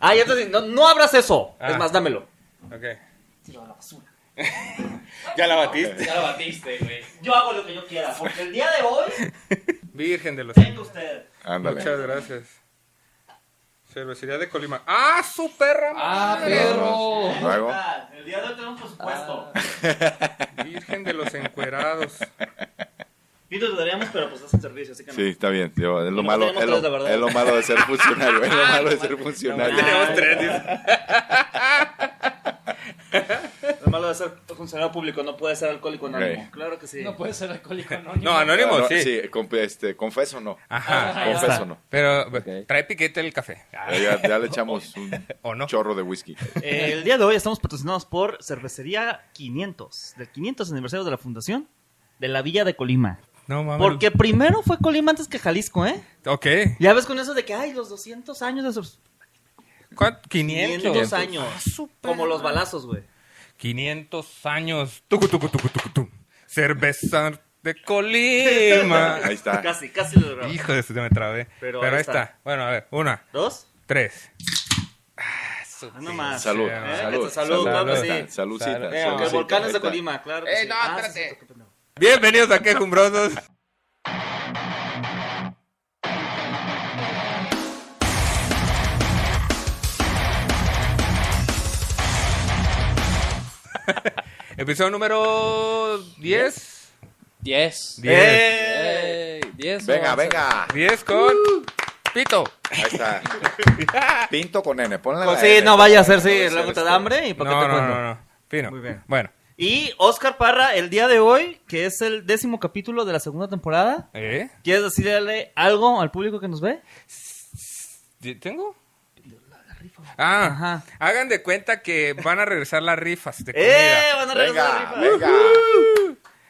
Ah, ya te no, no abras eso. Ah. Es más, dámelo. Ok. Tiro a la basura. Ya la batiste. Ya la batiste, güey. Yo hago lo que yo quiera, porque el día de hoy Virgen de los. tengo usted. Ándale. Muchas gracias. Cervecería de Colima. ¡Ah, su perra! ¡Ah, madre! perro! Luego. Ah, El día de hoy tenemos presupuesto. Virgen de los encuerados. Vito te daríamos, pero pues es un servicio, así que no. Sí, está bien. Yo, es, lo Nos malo, tenemos es, lo, tres, la verdad. Ah, es lo malo de ser funcionario. Es lo malo de ser funcionario. Tenemos tres. dice. Lo malo de ser funcionario público no puede ser alcohólico anónimo. Ok. Claro que sí. No pues. puede ser alcohólico anónimo. No, anónimo, No, sí. sí, con- este, confeso no. Ajá. Ah, ya confeso está. no. Pero Ok. trae piquete el café. Ah, Eh, Ya, ya le echamos un ¿O no? chorro de whisky. Eh, el día de hoy estamos patrocinados por Cervecería 500, del 500 aniversario de la fundación de la Villa de Colima. No mames. Porque primero fue Colima antes que Jalisco, ¿eh? Ok. Ya ves con eso de que, ay, los 200 años de sus... ¿Cuánto? Ah, 500, 500. años. como los balazos, güey. 500 años. Tucu, tucu, tucu, tucu, tucu. Cerveza de Colima. Ahí está. Casi, casi lo logramos. Hijo de su, me trabé. Pero, Pero ahí ahí está. está. Bueno, a ver. Una, ¿Dos? tres. Ah, no más. Salud, Eh, salud, salud, claro que saludita, sí. Eh, Salud. saludcita, saludcita, aunque el volcán ahí es de está. Colima, claro. que Eh, sí. no, Ah, sí, espérate. sí, sí, sí, sí. Bienvenidos a Quejumbrosos. Episodio número 10. 10. Diez. Eh. Ey, 10. Venga, venga. 10 con Pito. Ahí está. Pinto con N. Ponle Pues la sí, eh, N, no vaya a ser, sí, Puede luego ser, te este, da hambre y No, para qué no, te cuento. no, no. Fino. Muy bien. Bueno. Y Oscar Parra, el día de hoy, que es el décimo capítulo de la segunda temporada, ¿Eh? ¿quieres decirle algo al público que nos ve? ¿Tengo? Ah, Ajá. hagan de cuenta que van a regresar las rifas de comida. ¡Eh! Van a regresar Venga, la rifa. venga.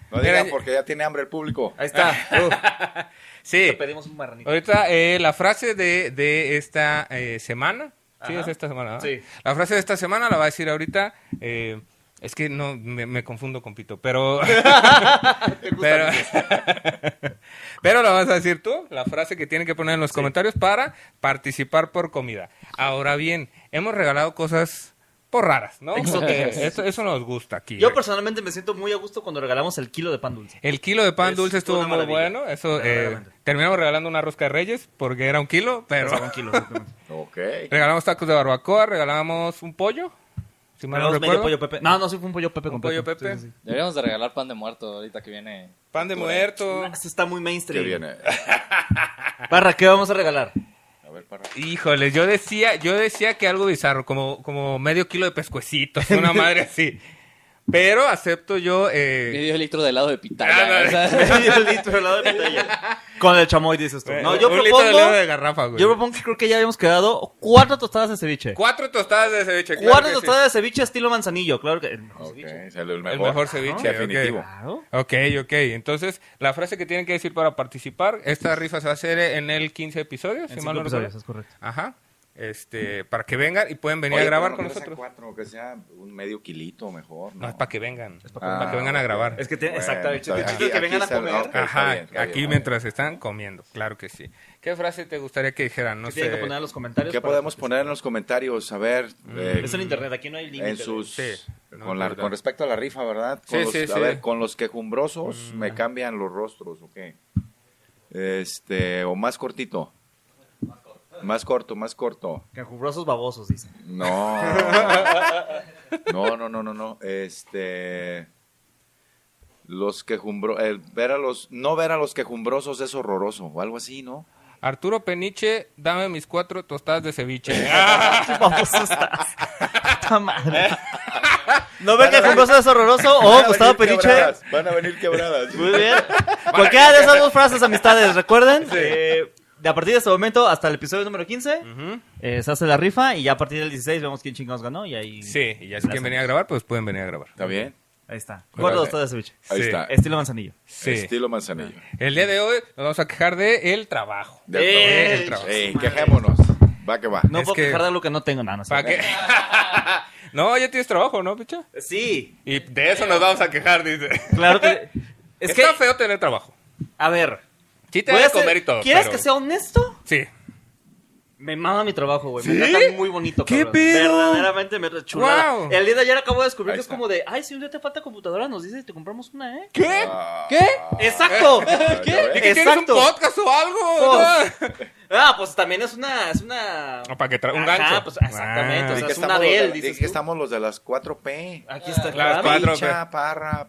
No Mira, digan ya- porque ya tiene hambre el público. Ahí está. Te Ah, Sí, pedimos un marranito. ahorita eh, la frase de, de esta eh, semana. Sí, Ajá. es esta semana. ¿verdad? Sí. La frase de esta semana la va a decir ahorita. eh, es que no me, me confundo con Pito, pero. pero, pero la vas a decir tú, la frase que tienen que poner en los comentarios para participar por comida. Ahora bien, hemos regalado cosas por raras, ¿no? Exóticas. Eso, eso nos gusta aquí. Yo personalmente me siento muy a gusto cuando regalamos el kilo de pan dulce. El kilo de pan Es dulce estuvo una muy maravilla. bueno. Eso eh, Verdaderamente. terminamos regalando una rosca de reyes porque era un kilo, pero Pasaba un kilo, exactamente. Ok. regalamos tacos de barbacoa, regalamos un pollo, si mal no Regalamos medio recuerdo, pollo pepe. No, no, sí fue un pollo pepe un completo. pollo pepe, Sí, sí, sí. Deberíamos de regalar pan de muerto ahorita que viene. pan de muerto. Ah, Eso está muy Que mainstream. viene. Parra, ¿qué vamos a regalar? A ver, para. Híjole, yo decía, yo decía que algo bizarro, como, como medio kilo de pescuecitos, una madre así. Pero acepto yo. Eh, Medio litro de helado de Ah, no. pitaya. o sea, Medio litro al lado de pitaya. Con el chamoy, dices tú. No, yo Eh, un litro de helado propongo... de garrafa, güey. Yo propongo que creo que ya habíamos quedado cuatro tostadas de ceviche. Cuatro tostadas de ceviche. claro Cuatro que sí. tostadas de ceviche estilo manzanillo, claro que. no, Ok, ceviche. es el mejor, Pues Ah, El mejor ceviche, Definitivo. ok. Claro. Ok, ok. Entonces, la frase que tienen que decir para participar, esta rifa se va a hacer en el 15 episodios, En si mal no cinco episodios, recuerdo. es correcto. Ajá. Este, para que vengan y pueden venir Oye, a grabar pero con no que sea nosotros. cuatro, que sea un medio kilito mejor. No, es para que vengan. Ah, para que vengan a grabar. Es que tiene- Bueno, exactamente, está bien. chiste que vengan a está- Ah, comer. ok, está Ajá, bien, está aquí bien, mientras están comiendo, claro que sí. ¿Qué frase te gustaría que dijeran? No Sí, tienen sé. que poner en los comentarios. ¿Qué para- podemos poner en los comentarios? A ver. eh, Es en internet, aquí no hay límite. en sus Mm. Sí, no, con, la- verdad. con respecto a la rifa, ¿verdad? Con Sí, los, sí, a sí. ver, con los quejumbrosos Mm. me cambian los rostros, ¿ok? Este, o más cortito. Más corto, más corto. Canjubrosos babosos, dicen. No. No, no, no, no, no. Este los quejumbro el ver a los no ver a los quejumbrosos es horroroso o algo así, ¿no? Arturo Peniche, dame mis cuatro tostadas de ceviche. Ah, Babosos estás. Puta madre. Eh. ¿No ven que Canjubrosos es horroroso? Oh, pues, Gustavo Peniche. Quebradas, Van a venir quebradas. Muy bien. Cualquiera de esas dos frases, amistades, recuerden. eh, de a partir de este momento hasta el episodio número 15 ujú. eh, se hace la rifa y ya a partir del 16 vemos quién chingados ganó y ahí. Sí, y ya si quieren venir a grabar, pues pueden venir a grabar. Está bien. Ahí está. Órale. Cuatro tostadas de ceviche. Ahí Sí. está. Estilo manzanillo. Sí. Estilo manzanillo. El día de hoy nos vamos a quejar de el trabajo. Del Eh, trabajo. el trabajo. Ey, quejémonos. Va que va. No Es puedo que- quejar de lo que no tengo, nada, no sé. ¿Para qué? no, ya tienes trabajo, ¿no, picha? Sí, Y de eso nos vamos a quejar, dice. claro que. Es que, Está feo tener trabajo. a ver. Sí te voy voy a comer ser- y todo. ¿Quieres pero- que sea honesto? Sí. Me mama mi trabajo, güey. ¿Sí? Me tratan muy bonito, ¿Qué cabrón. pedo? Verdaderamente me chulada. Guau. El día de ayer acabo de descubrir Ahí que está. es como de, ay, si un día te falta computadora, nos dices y te compramos una, ¿eh? ¿Qué? Ah, ¿Qué? ¡Exacto! ¿Qué? ¿Y que tienes un Exacto. podcast o algo? Oh. Pues, ah, pues también es una, es una... Ah, para que tra- un Ajá, gancho. Ah, pues, exactamente, Di o sea, que es una estamos los de él, la- di dices que tú. estamos los de las 4P. Aquí está, Las claro. cuatro. Picha, parra, pinto.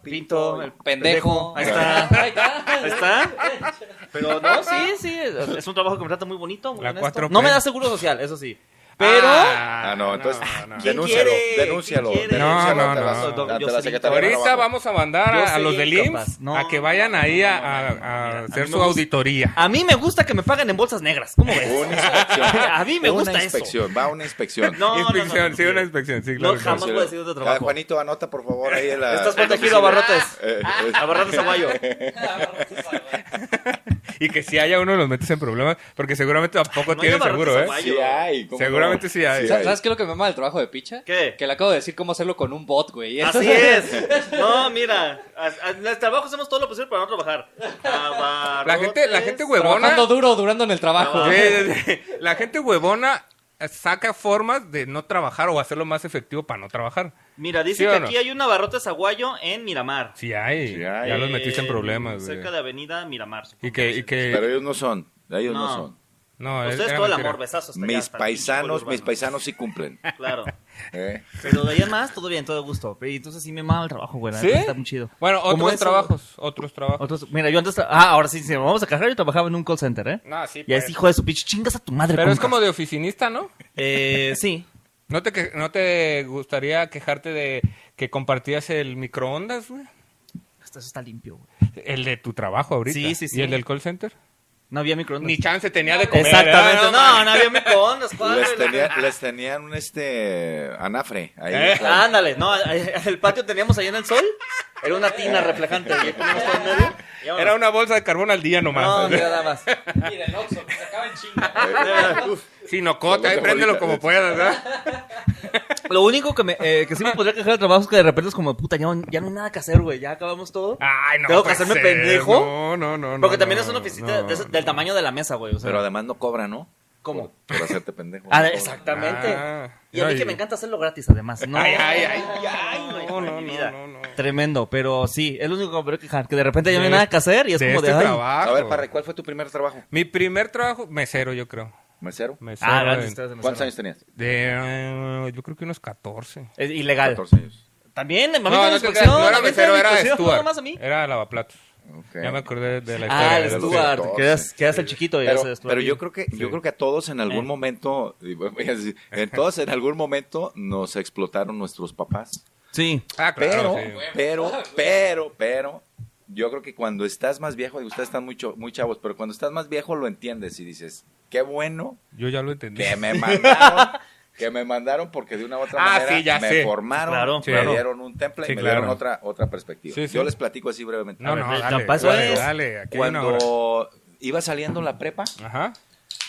Pinto, el Pendejo. Ahí está. Ahí está. Ahí está. Pero no, sí, sí. Es un trabajo que me trata muy bonito, muy La honesto. 4P. No me da seguro social, eso sí. Pero... Ah, no, entonces no, no. ¿Quién denúncialo, quiere? denúncialo, ¿Quién quiere? denúncialo No, ante no, la- no. ante la, Yo soy Secretaría de Ahorita Trabajo. vamos a mandar Yo a, a soy los del incapaz. IMSS No, a que vayan no, ahí no, a, no, a- no, a mira, a hacer mí su me gusta- auditoría. A mí me gusta que me paguen en bolsas negras. ¿Cómo Una ves? inspección. A mí me gusta Una eso. inspección, va una No, inspección. no, no, no, inspección, no, sí, no. una inspección, sí, No, claro. que jamás sí. voy a decir otro Ah, trabajo. Juanito, anota por favor ahí en la. Estás en la protegido, Ah, oficina. abarrotes. Eh, eh, Abarrotes aguayo. Y que si haya uno los metes en problemas, porque seguramente tampoco Ay, no hay tiene abarrotes seguro, ¿eh? aguayo. Sí hay, ¿cómo Seguramente sí hay. ¿Sabes sabes qué es lo que me mama del trabajo de picha? ¿Qué? Que le acabo de decir cómo hacerlo con un bot, ¿Ah, güey. Así es. No, mira. as- as- En el trabajo hacemos todo lo posible para no trabajar. Abarrotes. La gente, la gente huevona. Trabajando duro, durando en el trabajo. Sí, sí, sí. La gente huevona saca formas de no trabajar o hacerlo más efectivo para no trabajar. Mira, dice ¿Sí o que no? aquí hay un abarrotes aguayo en Miramar. Eh, Sí hay. Sí hay. Ya los metiste en problemas, güey. Cerca de Avenida Miramar. Y que, y que... Pero ellos no son, ellos no, No. son. no, es- Ustedes era todo el mentira. amor, besazos. hasta allá, Mis hasta el pinche paisanos, pueblo mis urbano. paisanos sí cumplen. Claro. Eh. Pero de ahí en más, todo bien, todo de gusto. Y entonces sí me mama el trabajo, güey. la ¿Sí? neta Está muy chido. Bueno, Como otros eso, trabajos, otros trabajos. Otros- mira, yo antes. tra- Ah, ahora sí, sí, vamos a cargar. Yo trabajaba en un call center, ¿eh? No, sí, Y es pues. hijo de su pinche chingas a tu madre. Pero es compa. como de oficinista, ¿no? Eh, sí. ¿No te, que- ¿No te gustaría quejarte de que compartías el microondas, güey? Hasta eso está limpio, güey. El de tu trabajo ahorita. Sí, sí, sí. ¿Y el del call center? No había microondas. Ni chance tenía de comer. ¿eh? Exactamente. ¿verdad? No, no, había microondas. ¿cuál, Les, güey? tenía- les tenían un este anafre ahí. Eh. claro. Ándale, Ah, no, a- a- el patio teníamos ahí en el sol. Era una tina reflejante. Y ahí poníamos todo en medio. y vámonos. Era una bolsa de carbón al día nomás. No, mira nada más. Mira, el Oxxo, que se acaba en chinga. Eh, uf. Sí, nocota, ahí Bolsa préndelo bonita. como puedas, ¿verdad? Lo único que, me, eh, que sí me podría quejar de trabajo es que de repente es como, puta, ya, no- ya no hay nada que hacer, güey. Ya acabamos todo. Ay, no. ¿Tengo que puede hacerme ser. pendejo? No, no, Ah, no. no, Porque también no, es una oficina no. de- del tamaño de la mesa, güey. O sea, Pero además no cobra, ¿no? ¿cómo? Por hacerte pendejo. no Ah, cobra. exactamente. Ah. y a mí Ay. que me encanta hacerlo gratis, además. No, Ay, ay, ay, ay, no, no, hijo de no, mi no, vida. no, no. Tremendo, pero sí, es lo único que me podría quejar, que de repente ya no hay De nada que hacer y es de como de, este ay, Ah, trabajo. A ver, Parra, ¿cuál fue tu primer trabajo? Mi primer trabajo, mesero, yo creo. ¿Mesero? Mesero. Ah, en- gracias, ustedes me ¿Cuántos saben. años tenías? de, eh, yo creo que unos 14. Es ilegal. 14 años. También, a mí No, no, me te inspección. creas, no era a mí me mesero, era inspección, Stuart. nada más a mí. Era lavaplatos. Ok. Ya me acordé de la historia. Ah, de el los- Stuart, doce. quedas, quedas el chiquito y Pero, ese Stuart. pero yo creo que yo Sí. creo que a todos en algún Eh. momento, y voy a decir, en todos en algún momento nos explotaron nuestros papás. Sí, Ah, claro. Pero, sí. pero, pero, pero, yo creo que cuando estás más viejo, y ustedes están muy, cho- muy chavos, pero cuando estás más viejo lo entiendes y dices, qué bueno Yo ya lo entendí. que me mandaron, que me mandaron porque de una u otra Ah, manera sí, ya me sé. formaron, Claro, me sí, claro. dieron un template, Sí, me claro. dieron otra, otra perspectiva. Sí, sí. Yo les platico así brevemente. No, A ver, no, ver, dale. trampa, eso dale, es. dale, aquí hay una hora. cuando iba saliendo la prepa, Ajá.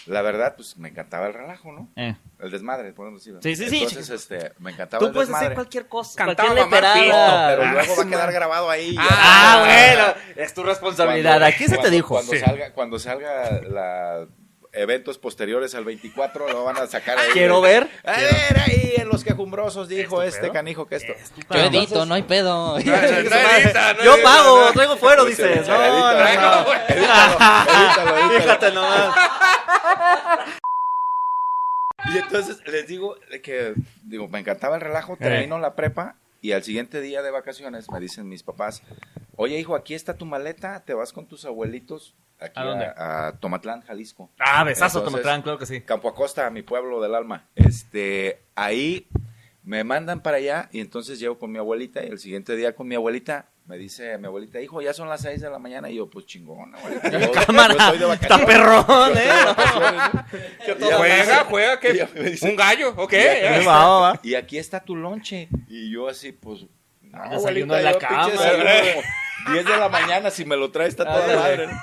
la verdad, pues me encantaba el relajo, ¿no? eh. El desmadre, podemos decir. Sí, sí, sí, Entonces, este, me encantaba Tú el puedes desmadre. hacer cualquier cosa, Cantaba cualquier Mamá leperada. Pito, Pero Ah, luego va a su quedar grabado ahí. ya. Ah, bueno, es tu responsabilidad. Cuando- Aquí se cuando- te dijo. Cuando Sí. salga, cuando salga la eventos posteriores al 24 lo van a sacar ahí. Quiero ver. A ver, ahí en los quejumbrosos dijo este canijo que esto. Yo edito, no hay pedo. Ah, Yo pago, traigo fuero, dices. No, Pues, no, Edítalo, no. edítalo, edítalo, edítalo. Fíjate nomás. Y entonces les digo que digo, me encantaba el relajo, Eh. termino la prepa y al siguiente día de vacaciones me dicen mis papás, "Oye, hijo, aquí está tu maleta, te vas con tus abuelitos aquí ¿A dónde? a- a Tomatlán, Jalisco." Ah, besazo, Entonces, Tomatlán, claro que sí. Campo Acosta, mi pueblo del alma. Este, ahí me mandan para allá y entonces llevo con mi abuelita y el siguiente día con mi abuelita me dice mi abuelita, hijo, ya son las 6 de la mañana y yo, pues chingón, abuelita. Yo, Cámara, yo estoy de está vacaciones. perrón, eh. Y Juega, abuelita, juega, Y ¿qué? ya me dice- ¿Un gallo? ¿O Y aquí qué? está- va, va. Y aquí está tu lonche. Y yo así, pues, no, Desayuno abuelita, en la yo pinche cama. desayuno como 10 de la mañana, si me lo traes está toda madre. ¿no?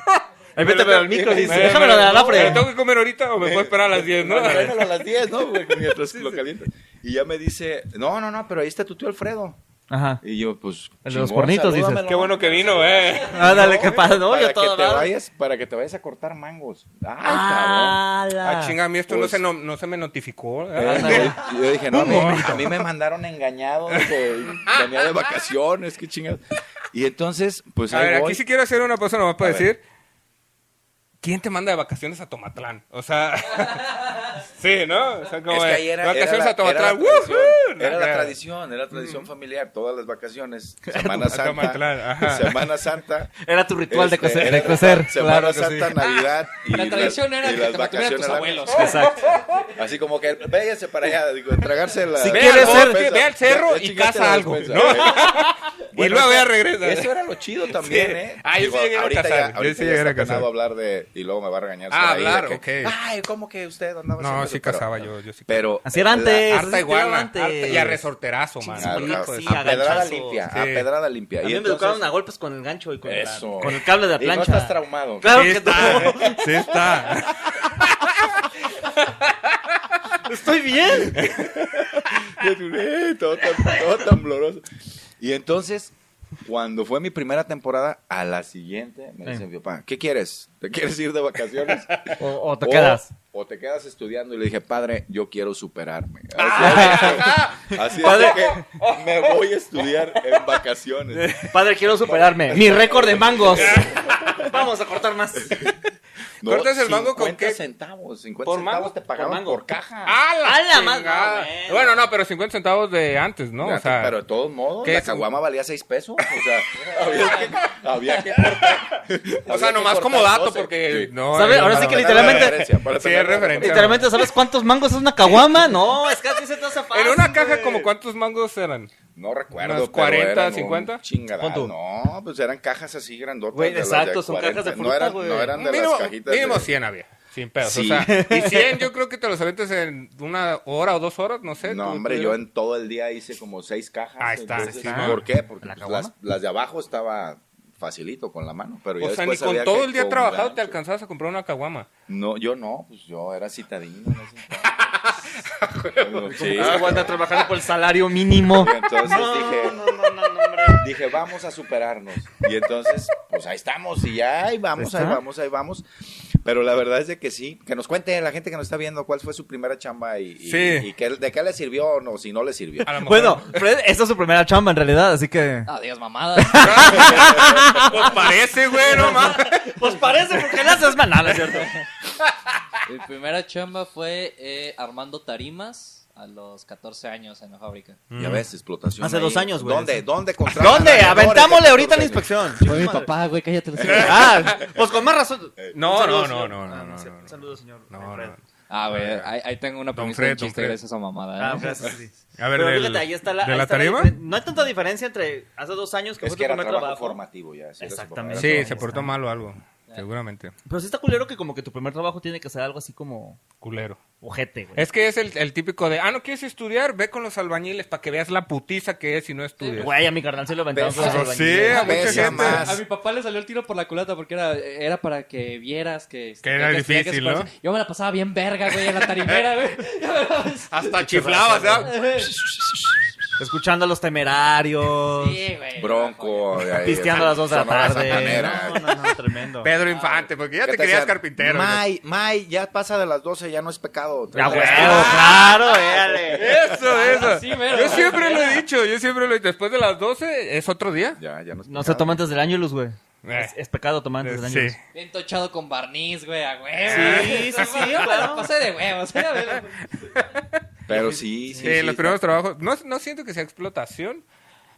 Ahí vete pero el micro, dice. Me- Déjamelo me- de la ¿Me tengo que comer ahorita o me puedo esperar a las 10, no? No, tráemelo a las 10, ¿no? güey? Mientras lo calientas. Y ya me dice, no, no, no, pero ahí está tu tío Alfredo. Ajá. Y yo, pues. El de los cuernitos, dices. salúdamelo. Qué bueno que vino, eh. Ándale, Ah, ¿qué pasa? No, para yo que todo te mal. vayas, Para que te vayas a cortar mangos. Ay, la- Ah, chinga, a mí esto no, Pues- se no, no se me notificó. cabrón. ¿eh? Eh, yo, yo dije, no, a mí, Un momento. a mí me mandaron engañado de que venía de vacaciones, qué chingados. Y entonces, pues a ahí ver, voy. aquí sí quiero hacer una pausa nomás para A ver. decir. ¿Quién te manda de vacaciones a Tomatlán? O sea. sí, ¿no? O sea, como. Es que de, ahí era, era vacaciones la, a Tomatlán. era la tradición, ¡Woohoo! era la Acá. tradición, era la tradición familiar, todas las vacaciones, Semana Tomatlán, ajá. Santa, Semana Santa, Era tu ritual de este, coser. era De coser. Semana Claro que Santa, sí. Navidad y La tradición las- era y que las te mataran tus vacaciones largas. abuelos. Exacto. Así como que váyase para allá, digo, tragarse la. pues, Si Ve quieres al ser- bosque, ve al cerro y caza algo, ¿no? y luego ya regresa. Eso era lo chido también, Sí. ¿eh? Ah, yo sí llegué a ahorita cazar, ya, yo ahorita sí ya llegué a está cazar. penado hablar de y luego me va a regañar. Ah, Saraí de hablar, que, ok. Ay, ¿cómo que usted andaba haciendo No, eso?" sí Pero- cazaba yo. yo sí Pero Así era antes. la- Eso Harta sí igual, estaba antes. harta y a resorterazo, man. Sí, a, Hijo a- de sí, a pedrada agachazos. limpia, Sí. a pedrada limpia. A mí Y me entonces- educaron a golpes con el gancho y con, la- Eso. con el cable de la Y no plancha. estás traumado. Claro sí que está, no. ¿eh? Sí está. Estoy bien. Eh, todo, tan- todo tembloroso. Y entonces, cuando fue mi primera temporada, a la siguiente me dicen, mi papá, ¿qué quieres? ¿Te quieres ir de vacaciones? O, o te quedas. O te quedas estudiando. Y le dije, padre, yo quiero superarme. Así, es, así es Padre. que me voy a estudiar en vacaciones. Oh. Padre, quiero superarme. Mi récord de mangos. Vamos a cortar más. ¿Cortas el mango con 50 qué? centavos, 50 ¿Por centavos mango? te pagaban ¿Por por, mango? caja. ¡A la chingada! madre! Bueno, no, pero 50 centavos de antes, ¿no? O Fíjate, sea, pero de todos modos, ¿qué la es? caguama valía 6 pesos. O sea, había que, había que cortar. o sea había que nomás como cortar dato, 12. porque. Sí. No, ¿Sabe? eh, Ahora no, sí que no, Para tener literalmente- la referencia, para Sí, tener es la referencia. Literalmente, ¿sabes cuántos mangos es una caguama? Ah, No, es casi se te hace fácil. En una caja, güey. como ¿cuántos mangos eran? No recuerdo. Unos pero 40, eran un 50. Pon Chingadal. tú. No, pues eran cajas así grandotas. Güey, de las exacto, son cajas de No fruta, eran, güey. no eran de Mínimo, las cajitas. de- mínimo 100 había. Sin pedos. Sí. O sea, y 100 yo creo que te los aventas en una hora o dos horas, no sé. No, tú- hombre, tú- yo en todo el día hice como seis cajas. Ahí está, sí, ¿no? ¿Por qué? Porque ¿La pues, caguama? las, las de abajo estaba facilito con la mano. Pero ya O sea, ni con después había todo que el día con trabajado te gancho. alcanzabas a comprar una caguama. No, yo no, pues yo era citadino. en ese entonces. Sí, Ah, voy a andar trabajando por el salario mínimo. y entonces dije, no, no, no, no, hombre. dije, vamos a superarnos. Y entonces, pues ahí estamos, y ya, ahí vamos, ¿Está? ahí vamos, ahí vamos. Pero la verdad es de que sí, que nos cuente la gente que nos está viendo cuál fue su primera chamba y, y- Sí. y qué- de qué le sirvió o no, si no le sirvió. A lo mejor- Bueno, Fred, esta es su primera chamba en realidad, así que. No digas mamadas. Pues parece, güey, no mames. Pues parece porque la haces mal, ¿no es cierto? Mi primera chamba fue eh, armando tarimas a los 14 años en la fábrica. Mm. Ya ves, explotación. Hace ahí. dos años, güey. ¿Dónde? ¿Dónde? contratan ¿Dónde? aviadores de Aventámosle ahorita la 14 años? inspección. Fue mi papá, güey, cállate. los hijos. Ah, pues con más razón. Eh, No, Un saludo, no, señor. no, no, Ah, no, es no, cierto. no. Un saludo, señor. No, Alfredo. no. Ah, güey, ahí, ahí tengo una Don premisa Fred, de don chiste Fred. gracias a mamada. Ah, ¿eh? gracias, sí. A ver, Pero del- fíjate, ahí está la, ¿de ahí la está tarima? diferen- no hay tanta diferencia entre hace dos años que Es fue tu que era primer trabajo, trabajo. formativo ya. sí, era su Exactamente. primer Sí, trabajo. se portó mal o algo. Seguramente. Pero sí está culero que como que tu primer trabajo tiene que ser algo así como Culero. ojete, güey. Es que es el, el típico de, ah, no quieres estudiar, ve con los albañiles para que veas la putiza que es si no estudias. Güey, a mi carnal se lo aventaron Pero con los Pero sí, albañiles. a mucha Pesa gente. más. A mi papá le salió el tiro por la culata porque era, era para que vieras que... Que era que- que- que- difícil, ¿no? Yo me la pasaba bien verga, güey, en la tarimera, güey. Yo me la pasaba- Hasta chiflabas, ¿verdad? Escuchando a los temerarios. Sí, güey. Bronco. de ahí, Pisteando a las dos de la Sonora tarde. Santanera. No, no, no, tremendo. Pedro Infante, porque ya ¿Qué te querías hacían? carpintero. ¿no? May, May, ya pasa de las 12, ya no es pecado. Ya, güey, claro, véale. Eso, eso. Así mero. yo siempre lo he dicho, yo siempre lo he dicho. Después de las 12 es otro día. Ya, ya no es No se pecado. toma antes del año luz, güey. Eh. Es, es pecado tomar antes del año Sí. luz. Bien tochado con barniz, güey, a huevo. Sí, sí, No, sí, no, no, claro. la pasé de huevos. sí, a ver. Pero sí, sí. Sí, los primeros trabajos. No, no siento que sea explotación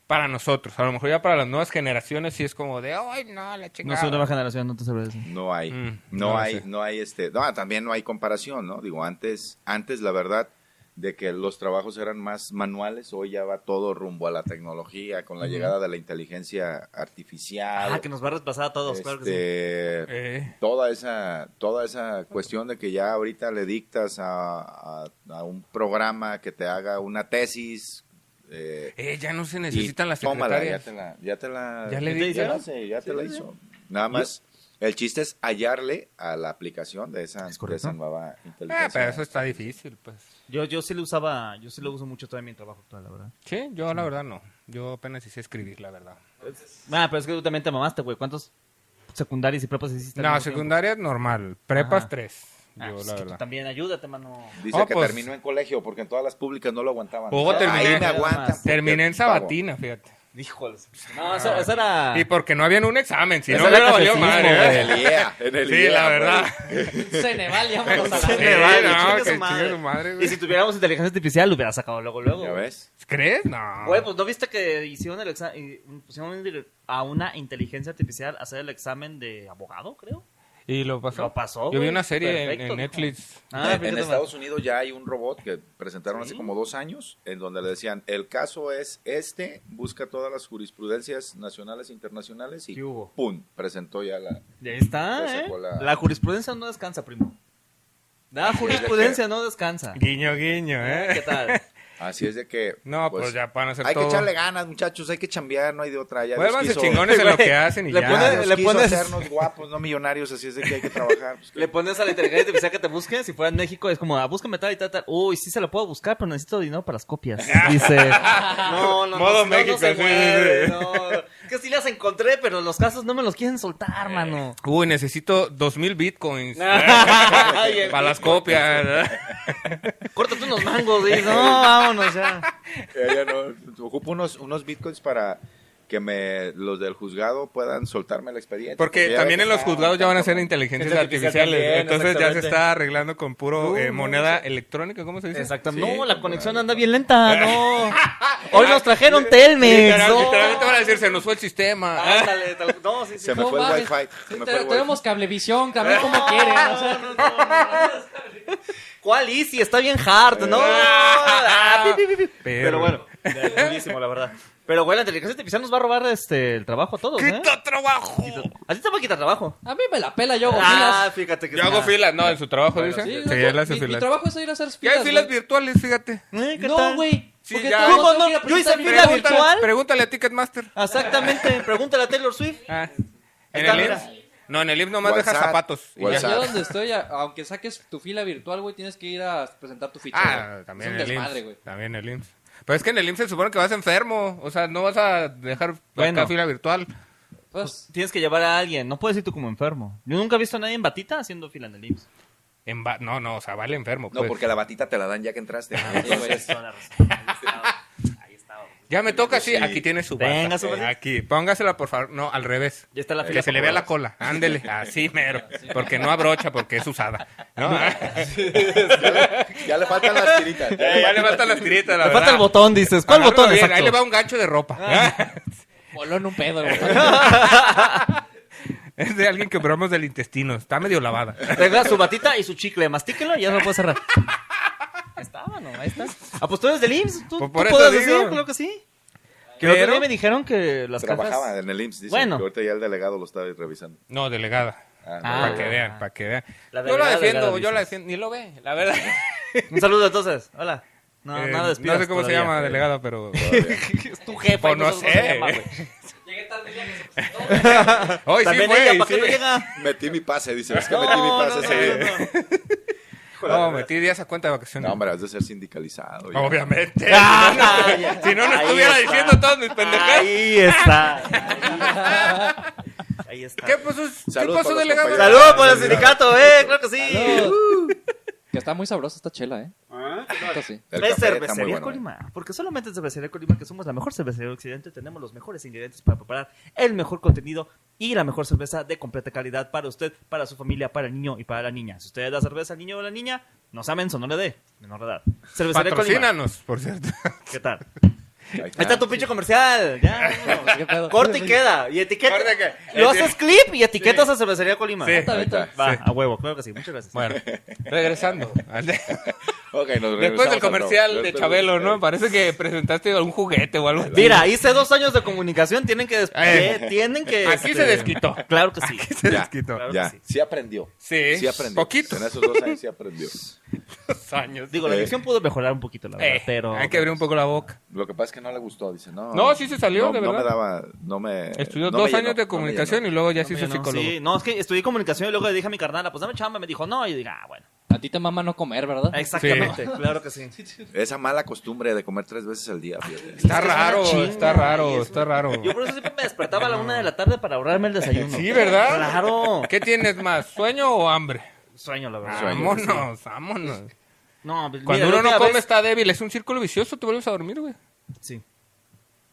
para nosotros. A lo mejor ya para las nuevas generaciones sí es como de, ay, no, la No chingada. soy nueva generación, no te sabes eso. No hay, Mm, no, no hay, sé. no hay este, no, también no hay comparación, ¿no? Digo, antes, antes la verdad de que los trabajos eran más manuales, hoy ya va todo rumbo a la tecnología, con la llegada de la inteligencia artificial, Ah, que nos va a repasar a todos, claro que sí. este, Eh, toda esa, toda esa cuestión de que ya ahorita le dictas a, a- a un programa que te haga una tesis, eh, eh, ya no se y necesitan las tómala, ya secretarias. te la, ya te la, Ya le ya di- te la hace, ya te la hizo. Nada más El chiste es hallarle a la aplicación de esa, de esa nueva inteligencia. Ah, pero eso está difícil, pues. Yo, yo sí lo usaba, yo sí lo uso mucho todavía en mi trabajo actual, la verdad. Sí, yo la verdad no. Yo apenas hice escribir, la verdad. Ah, pero es que tú también te mamaste, güey. ¿Cuántos secundarios y prepas hiciste? al No, mismo tiempo? secundaria normal. Prepas Ajá. tres. Yo, Ah, pues la es que tú verdad. también ayúdate, mano. Dice Oh, que pues. terminó en colegio porque en todas las públicas no lo aguantaban. Oh, terminé- Ahí me aguantan. porque Terminé en pago. sabatina, fíjate. Híjoles. No, eso, eso era. Y porque no habían un examen, si Eso no me era valió catecismo, madre. ¿eh? En el IEA, en el Sí, IEA, la güey. verdad. Ceneval, llámanos a la Se pues, Sí, me verga. vale, no, chingue que su chingue madre. su madre, güey. Y si tuviéramos inteligencia artificial, lo hubiera sacado luego, luego. ¿Ya güey. ves? ¿Crees? No. Güey, pues ¿no viste que hicieron el exa- y- pusieron un dire- a una inteligencia artificial a hacer el examen de abogado, creo? y lo pasó. Lo pasó, Yo vi güey. una serie en- Perfecto, en dijo. Netflix. Ah, en fíjate, en man. Estados Unidos ya hay un robot que presentaron Sí. hace como dos años, en donde le decían, el caso es este, busca todas las jurisprudencias nacionales e internacionales y ¿Qué hubo? ¡pum! Presentó ya la... Ya Esa está, ¿eh? fue la- La jurisprudencia no descansa, primo. La jurisprudencia no descansa. Guiño, guiño, ¿Qué ¿eh? tal? Así es de que... No, pues, ya van a hacer Hay todo. que echarle ganas, muchachos, hay que chambear, no hay de otra. Ya Dios Vuélvanse quiso- Pues, chingones en lo que hacen y Le ya. pone- Ya Dios le quiso pones- hacernos guapos, no millonarios, así es de que hay que trabajar. pues, Le pones a la inteligencia artificial que te busque, si fuera en México, es como, ah, búscame tal y tal, tal. Uy, sí se lo puedo buscar, pero necesito dinero para las copias. Dice. No, no, no. Modo si no, México, no se sí, mueve, sí, sí. no. Que sí las encontré, pero los casos no me los quieren soltar, mano. Uy, necesito 2000 bitcoins. Ay, el- Para las copias. ¿verdad? Córtate unos mangos, dice. No, vámonos ya. Ella no. Ocupo unos, unos bitcoins para que me los del juzgado puedan soltarme el expediente. Porque ya también ves en que los está- juzgados ya van a ser está- inteligencias Inteligencia artificiales. también, entonces ya se exactamente. está arreglando con puro eh, no, moneda electrónica, ¿cómo se dice? Exactamente. Sí, no, la como- conexión anda bien lenta, no. Hoy nos trajeron Telmex. Literal- no. Literalmente van a decir, se nos fue el sistema. Ándale, tal- no, sí, sí. Se me No fue el mames. wifi. Sí, Se me fue te- el wifi. Tenemos cablevisión, también como quieren. o sea. ¿Cuál Easy? Está bien hard, ¿no? Ah, pi, pi, pi, pi. Pero Perro. bueno, eh, buenísimo, la verdad. Pero bueno, la inteligencia artificial nos va a robar este, el trabajo a Ah, todos, ¿eh? ¡Quita trabajo! A ti te va a quitar trabajo. A mí me la pela, yo hago Ah, filas. fíjate que Yo es hago una- filas, no, en su trabajo, Bueno, dice. Sí, Sí, no, pues, él hace mi, mi filas. trabajo es ir a hacer Ya filas. hay filas güey. virtuales, fíjate. Eh, ¿qué No, tal? güey. Sí, ¿Por qué ya. todos ¿Cómo tengo que ir a no? Yo hice presentar mi fila trabajo? virtual. Pregúntale a Ticketmaster. Exactamente. Pregúntale a Taylor Swift. Ah, Ahí ¿En está, el mira. IMSS? No, en el IMSS nomás deja WhatsApp. zapatos. y ya. WhatsApp. Allá donde estoy, a- aunque saques tu fila virtual, güey, tienes que ir a presentar tu ficha. Ah, güey. también es el un desmadre, güey. IMSS. También el IMSS. Pero es que en el IMSS se supone que vas enfermo. O sea, no vas a dejar Bueno. acá fila virtual. Pues, Tienes que llevar a alguien. No puedes ir tú como enfermo. Yo nunca he visto a nadie en batita haciendo fila en el IMSS. En ba- no, no, o Ah, sea, vale enfermo. No, pues. porque la batita te la dan ya que entraste. Tienes Entonces, toda la razón. Ahí estaba. Ahí estaba. Ya me toca, sí. Aquí tiene su bata. Tenga su bata. Aquí, póngasela, por favor. No, al revés. Ya está la fila Que se le vea la cola. Ándele. Así mero. Porque no abrocha, porque es usada. ¿No? ya le faltan las tiritas. ya le ya le faltan- faltan las tiritas, la Me falta verdad. el botón, dices. ¿Cuál Agárralo botón? bien, exacto? Ah. Ahí le va un gancho de ropa. voló en un pedo, güey. Es de alguien que operamos del intestino. Está medio lavada. Tenga su batita y su chicle, mastíquelo y ya lo puedo cerrar. Ahí Estaba, no, ahí está. Ah, pues tú eres del IMSS, tú, Pues tú por eso puedes digo. decir, creo que sí. Pero el otro día Pero... me dijeron que las Trabajaba cajas... en el IMSS. Dice, Bueno. que ahorita ya el delegado lo estaba revisando. No, delegada. Ah, Ah. Para que vean, para que vean. La yo la delegada, defiendo, delegada, yo la dices. defiendo. Ni lo ve, la verdad. Un saludo entonces, hola. No, Eh, nada no despidas sé cómo se todavía. llama delegado, pero... Es tu jefa, Pues y no sabes cómo sé. se llama, güey. Llegué tarde, ya que se presentó. Hoy sí También fue, ella, y ¿para qué sí. no llega? Metí mi pase, dice. Es que No, metí mi no, pase no, ese día. no, no. No, metí días a cuenta de vacaciones. No, hombre, has de ser sindicalizado. ya. Obviamente. Ah, si no, pues ya. no- si no, no Ahí estuviera está. diciendo todas mis pendejadas. Ahí está. Ahí está. ¿Qué pasó, ¿qué Saludos pasó para los delegado? compañeros. Saludos por el sindicato, eh, creo que sí. Salud. Que está muy sabrosa esta chela, ¿eh? Ah, Esto sí. El es café está muy cervecería bueno, eh. Colima, porque solamente en cervecería Colima, que somos la mejor cervecería de Occidente, tenemos los mejores ingredientes para preparar el mejor contenido y la mejor cerveza de completa calidad para usted, para su familia, para el niño y para la niña. Si usted da cerveza al niño o a la niña, no saben, no le dé, menor de edad. Cervecería Colima, Patrocínanos, por cierto. ¿qué tal? Ah, Ahí Ahí está tu pinche comercial, ya. vámonos. ¿Qué pedo? Corta y queda, y etiqueta. Corta y queda. Eh, Lo haces clip y etiquetas a cervecería Colima. Sí. Ahorita, ahorita. Ahí Va, Sí. a huevo, claro que sí, muchas gracias. Bueno, regresando. al de- Ok, nos Después regresamos del al comercial trabajo. de Después- Chabelo, ¿no? Parece que presentaste algún juguete o algo. así. Mira, hice dos años de comunicación, tienen que... des- Eh. que- Tienen que... este, Aquí se desquitó. Claro que sí. Este, Se Ya. desquitó. Claro que Ya, sí. sí aprendió. Sí, Sí aprendió. poquito. En esos dos años sí aprendió. Dos años. Digo, la Eh. edición pudo mejorar un poquito, la verdad, Eh, pero... Hay que abrir un poco la boca. Lo que pasa es que no le gustó, dice, no. No, sí se salió, no, de No me verdad. daba, no me... Estudió no me dos llenó, años de no me comunicación llenó. y luego ya No, se me hizo llenó. psicólogo. Sí, no, es que estudié comunicación y luego le dije a mi carnala, pues dame chamba, me dijo no, y yo dije, ah, bueno. A ti te mama no comer, ¿verdad? Exactamente, claro que sí. Esa mala costumbre de comer tres veces al día, Está fíjate. Es que es una raro, chinga, está y raro, es está raro. Yo por eso siempre me despertaba a la una de la tarde para ahorrarme el desayuno. Sí, ¿verdad? Claro. ¿Qué tienes más, sueño o hambre? Sueño, la verdad. Sueño. Vámonos, vámonos. No, pues, mira, la Cuando uno no última come vez- está débil, es un círculo vicioso, te vuelves a dormir, güey. Sí.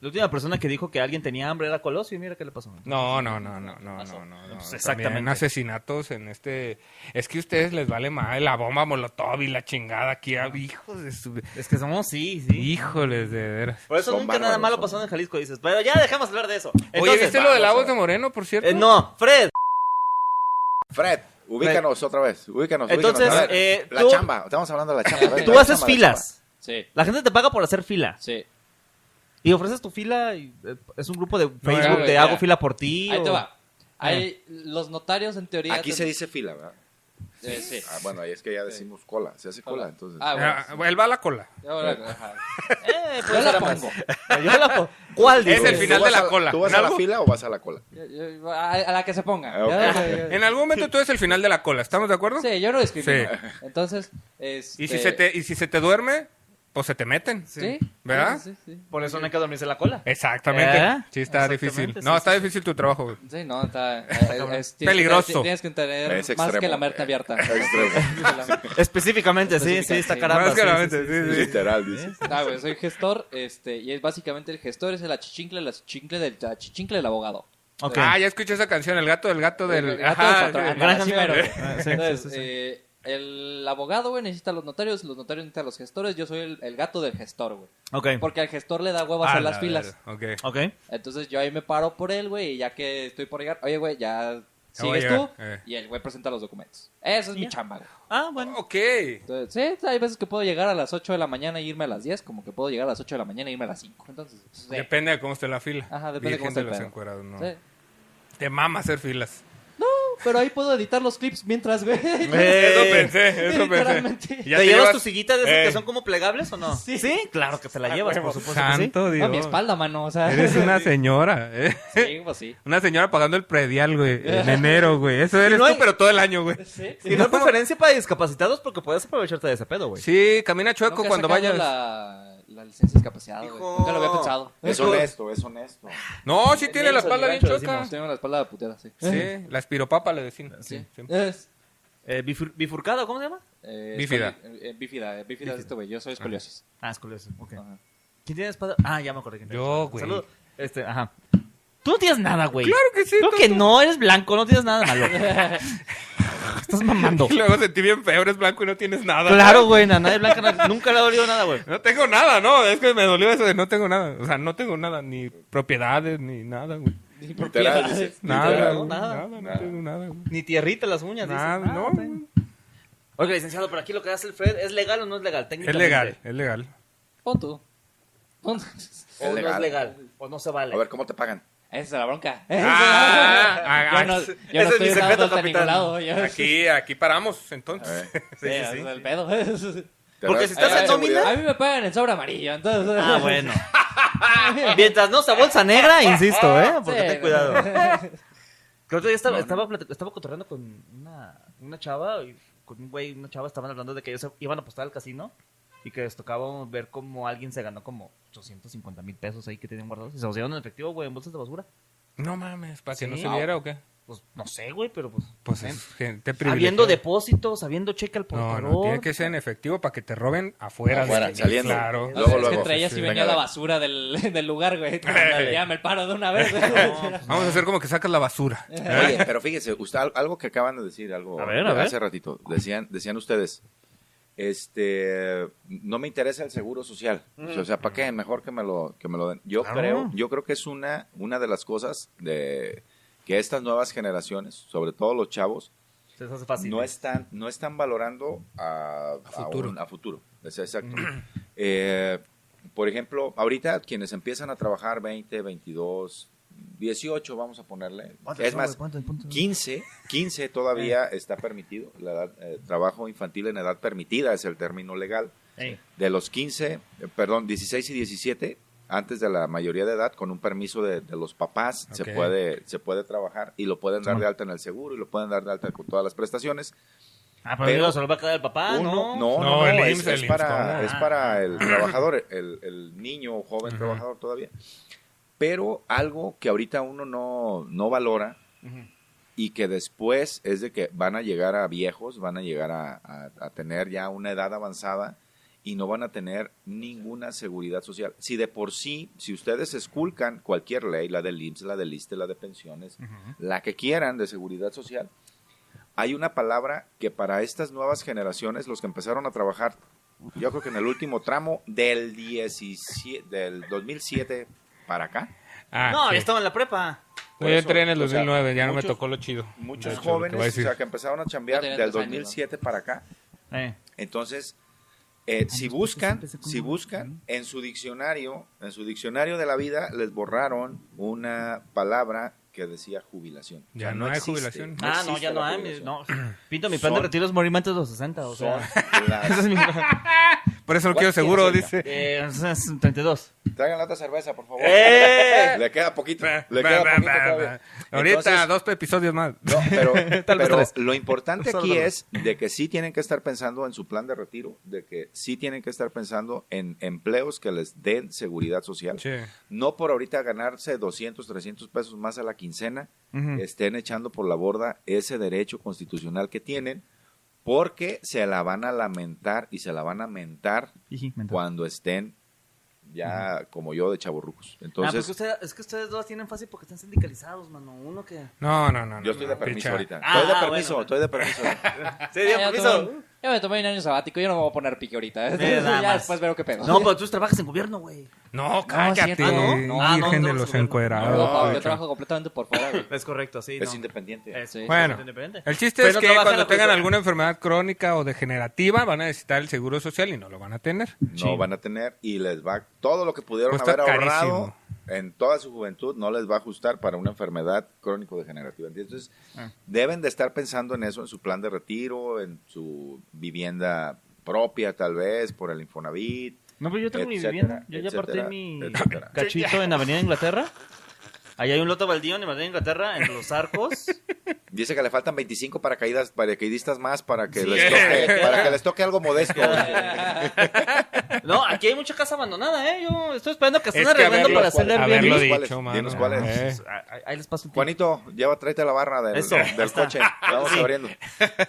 La última persona que dijo que alguien tenía hambre era Colosio y mira qué le pasó. No, no, no, no, no, no, no. no. Pues exactamente. También asesinatos en este... Es que a ustedes les vale más la bomba molotov y la chingada aquí, ah, hijos de su... Es que somos, sí, sí. Híjoles, de veras. Por eso Son nunca nada bárbaros, malo son. pasó en Jalisco, dices. Pero ya dejamos hablar de eso. Oye, Entonces, ¿viste lo de la vamos a voz ver. de Moreno, por cierto? eh, no, Fred. Fred, ubícanos otra vez, ubícanos. ubícanos. Entonces, A ver, eh, la tú- chamba, estamos hablando de la chamba. a ver, Tú la haces chamba, la filas. Sí, La gente te paga por hacer fila. sí. Y ofreces tu fila y eh, es un grupo de Facebook era- de era- hago fila por ti. Ahí o- te va. Hay, los notarios en teoría... chamba. Aquí ten- se dice fila, ¿verdad? Eh, sí. Ah, bueno, ahí es que ya decimos cola, se hace cola, entonces. Ah, bueno. Ah, él va a la cola. Ahora, ajá. Eh, Yo pues, la pongo. yo la po- ¿Cuál Es dices? el final ¿Tú vas de la a- cola. ¿Tú vas a la ¿Nalgo? fila o vas a la cola? Yo- yo- A, a la que se ponga. Ah, ok. Ya, ya, ya. En algún momento tú eres el final de la cola, ¿estamos de acuerdo? Sí, yo no discrimino. Entonces, este... Y si, se te, y si se te duerme, pues se te meten. Sí. ¿Verdverdad? Sí, sí, sí. Por eso no hay que dormirse en la cola. Exactamente. ¿Eh? Sí, está Exactamente, difícil. sí, No, sí, está difícil tu trabajo, güey. Sí, no, está... eh, es- tienes que- Peligroso. Tienes que tener Es más extremo, que la merta eh, abierta. extremo. Específicamente, sí, sí, está Sí. caramba. Más sí, que la sí, mente, sí, sí, ¿Eh? sí. Literal, dice. Ah, güey, soy gestor, este, y es básicamente el gestor es el achichincle, el achichincle del, achichincle del abogado. Ok. Ah, ya escuché esa canción, el gato, el gato del... El gato Ajá, del patrón. sí. Granja Así Mero. mero, güey. Ah, sí, sí, Entonces, sí, sí. eh, el abogado, güey, necesita a los notarios, los notarios necesitan a los gestores, yo soy el, el gato del gestor, güey. Ok. Porque al gestor le da hueva Ah, hacer las la filas. verga, ok. Ok. Entonces yo ahí me paro por él, güey, y ya que estoy por llegar, oye, güey, ya voy a sigues tú, llegar, eh. y el güey presenta los documentos. Esa es mi Ya. chamba, güey. Ah, bueno. Ok. Entonces, sí, hay veces que puedo llegar a las 8 de la mañana e irme a las 10, como que puedo llegar a las 8 de la mañana e irme a las 5. Entonces, sí. Depende de cómo esté la fila. Ajá, depende de Virgen cómo esté el los pedo. encuerados, no. Sí. Te mama hacer filas. Pero ahí puedo editar los clips mientras, güey. Eso pensé, eso Literalmente. pensé. Ya ¿Te, llevas, llevas- tu sillita de esas que Eh. son como plegables o no? Sí. claro que te la llevas, por supuesto que sí. Santo No, Dios. mi espalda, mano, o sea. Eres una señora, eh. Sí, pues sí. Una señora pagando el predial, güey, en enero, güey. Eso eres no hay- Pues, tú, pero todo el año, güey. Sí. Y no hay preferencia para discapacitados porque puedes aprovecharte de ese pedo, güey. Sí, camina chueco pues. Nunca he cuando sacado vayas. La, la licencia de discapacidad, güey. Hijo. Nunca lo había pensado. Es honesto, es honesto. No, sí tiene la espalda bien gancho, chueca. Tengo la espalda de puteada, sí. Sí, la espiropapa le decían. Ah, Sí. Sí. Es, Eh, bifur- ¿Bifurcado? ¿Cómo se llama? eh, Bífida. escoli- eh, eh, bífida, eh, bífida es este güey. Yo soy escoliosis. Ah, es curioso. Ok. Ajá. ¿Quién tiene espada? Ah, ya me acordé. quién tiene Yo, espada. güey. Saludo. Este, ajá. Tú no tienes nada, güey. Claro que sí, Creo tú- que no, eres blanco, no tienes nada malo. Estás mamando. Y luego sentí bien feo, eres blanco y no tienes nada. Claro, güey, a nadie blanca no- nunca le ha dolido nada, güey. No tengo nada, no. Es que me dolió eso de no tengo nada. O sea, no tengo nada, ni propiedades, ni nada, güey. Ni Literal, propiedades. dice. Nada, Literal. güey, nada. nada, no tengo nada, güey. Ni tierrita las uñas, dices. Nada, Ah, no. está bien. Oiga, licenciado, por aquí lo que hace el Fred, ¿es legal o no es legal? Es Técnicamente. legal, es legal. Pon tú. Pon tú. O Es no es legal. legal. O no se vale. A ver, ¿cómo te pagan? Esa es la bronca. Ah, ah, yo no, yo ese ese- no es estoy mi secreto, dándote a capitán. ningún lado. Yo, Aquí, aquí paramos, A entonces. ver. Ah, Sí, ese es el pedo. ¿Te Porque das- si te estás dan en seguridad? nómina- A mí me pagan en sobre amarillo, entonces. Ah, bueno. Mientras no sea bolsa negra, insisto, ¿eh? Porque Sí, ten no. cuidado. Que otro día estaba, estaba, plati- estaba cotorreando con una, una chava, y con un güey y una chava, estaban hablando de que ellos se- iban a apostar al casino y que les tocaba ver cómo alguien se ganó como 850 mil pesos ahí que tenían guardados y se los dieron en efectivo, güey, en bolsas de basura. No mames, para que no Sí. se viera o qué. Pues no sé, güey, pero pues. Pues ¿eh? es gente habiendo privilegiada. depósitos, habiendo cheque al No, portador. no, tiene que ser en efectivo para que te roben afuera. Afuera, güey. saliendo. Claro. Luego, es que luego. entre ellas y Sí, venía venga, la dale. basura del, del lugar, güey. Ándale. ya me paro de una vez. Vamos a hacer como que sacas la basura. ¿Eh? Oye, pero fíjese, usted- al- algo que acaban de decir, algo A ver, a ver. hace ratito, decían, decían ustedes, este, no me interesa el seguro social, o sea, ¿para qué? Mejor que me lo, que me lo den. Yo Claro. creo, yo creo que es una, una de las cosas de que estas nuevas generaciones, sobre todo los chavos, Se les hace fácil. no están, no están valorando a, a futuro. un- a futuro. Es- Exacto. Eh, por ejemplo, ahorita quienes empiezan a trabajar 20, 22, 18, vamos a ponerle. ¿Cuánto Es son, Eh. más, güey? ¿Cuánto? ¿Cuánto? 15, 15 todavía está permitido. La edad, eh, trabajo infantil en edad permitida es el término legal. Ey. De los 15, eh, perdón, 16 y 17, antes de la mayoría de edad, con un permiso de, de los papás, Ok. se, puede, se puede trabajar y lo pueden dar de alta en el seguro y lo pueden dar de alta con todas las prestaciones. Ah, pero, Pero- luego se lo va a quedar el papá, Uno- ¿no? No, no, No, el no, IMSS, es, es el IMSS, para, no. es para el trabajador, el, el niño o joven Ajá. trabajador todavía. Pero algo que ahorita uno no, no valora y que después es de que van a llegar a viejos, van a llegar a, a- a tener ya una edad avanzada y no van a tener ninguna seguridad social. Si de por sí, si ustedes esculcan cualquier ley, la del IMSS, la del ISTE, la de pensiones, la que quieran de seguridad social, hay una palabra que para estas nuevas generaciones, los que empezaron a trabajar, yo creo que en el último tramo del 17, del 2007 para acá, Ah, No, sí. ya estaba en la prepa. No, Por yo eso, entré en el o sea, 2009, ya no me muchos- tocó lo chido. muchos De hecho, lo que te voy a jóvenes, o decir. sea, que empezaron a chambear No tenía del tres años, ¿no? 2007 para acá, Eh. entonces, eh, si buscan, si buscan, en su diccionario, en su diccionario de la vida, les borraron una palabra que decía jubilación. O Ya sea, no hay existe, jubilación. Ah, no, existe ya no la hay. mi- jubilación. No. Pinto, mi plan de Son- retiro es morirme antes de los 60, o sea. Son las- Ese es mi plan. Por eso no ¿Cuál quiero seguro, tienes dice. Eh, o sea, es 32. Traigan la otra cerveza, por favor. ¡Eh! Le queda poquito. Bah, Le bah, queda bah, poquito bah, todavía. bah. Ahorita Entonces, dos episodios más. no, pero, Tal vez pero tres. lo importante Solo aquí tal es de que sí tienen que estar pensando en su plan de retiro, de que sí tienen que estar pensando en empleos que les den seguridad social. Sí. No por ahorita ganarse 200, 300 pesos más a la quincena, Ujú. estén echando por la borda ese derecho constitucional que tienen, porque se la van a lamentar y se la van a mentar Iji, mental. cuando estén ya como yo de chavorrucos. ah, pues Entonces, que usted- es que ustedes dos tienen fácil porque están sindicalizados, mano. Uno que. No, no, no. no, yo estoy de no, permiso picha. ahorita. Ah, estoy de bueno, permiso, bueno. estoy de permiso. ¿Se Ah, ya, tomé- ya me tomé un año sabático, yo no me voy a poner pique ahorita. ¿eh? Ve Eh, nada Este ya más. después veo qué pedo. No, pues, pero tú trabajas en gobierno, güey. No, cállate. cierto, no. virgen No, no, no, no, de no, los no. No, Ah, encuerados. Pablo, yo picha. trabajo completamente por fuera. güey. Es correcto, sí. es independiente. Sí. Bueno, independiente. el chiste Pero es no que trabaja en cuando la tengan cultura. alguna enfermedad crónica o degenerativa van a necesitar el seguro social y no lo van a tener. No van a tener y les va todo lo que pudieron Cuesta haber ahorrado carísimo. en toda su juventud no les va a ajustar para una enfermedad crónico degenerativa. Entonces, Ah. deben de estar pensando en eso en su plan de retiro, en su vivienda propia tal vez por el Infonavit. No, pero yo tengo mi etcétera, vivienda. Yo ya etcétera, partí mi etcétera. cachito en Avenida Inglaterra. Allá hay un lote baldío en Avenida Inglaterra, en los arcos. Dice que le faltan 25 paracaídas, paracaidistas más para que, Sí. les toque, para que les toque algo modesto. No, aquí hay mucha casa abandonada, ¿eh? Yo estoy esperando que estén Es que arreglando haberlo- para hacerle haberlo Airbnb. dicho, cuáles, dinos cuáles. eh. Ahí- Ahí les paso un tip. Juanito, lleva, tráete la barra del, Eso, ahí del está. coche. Vamos Sí. abriendo.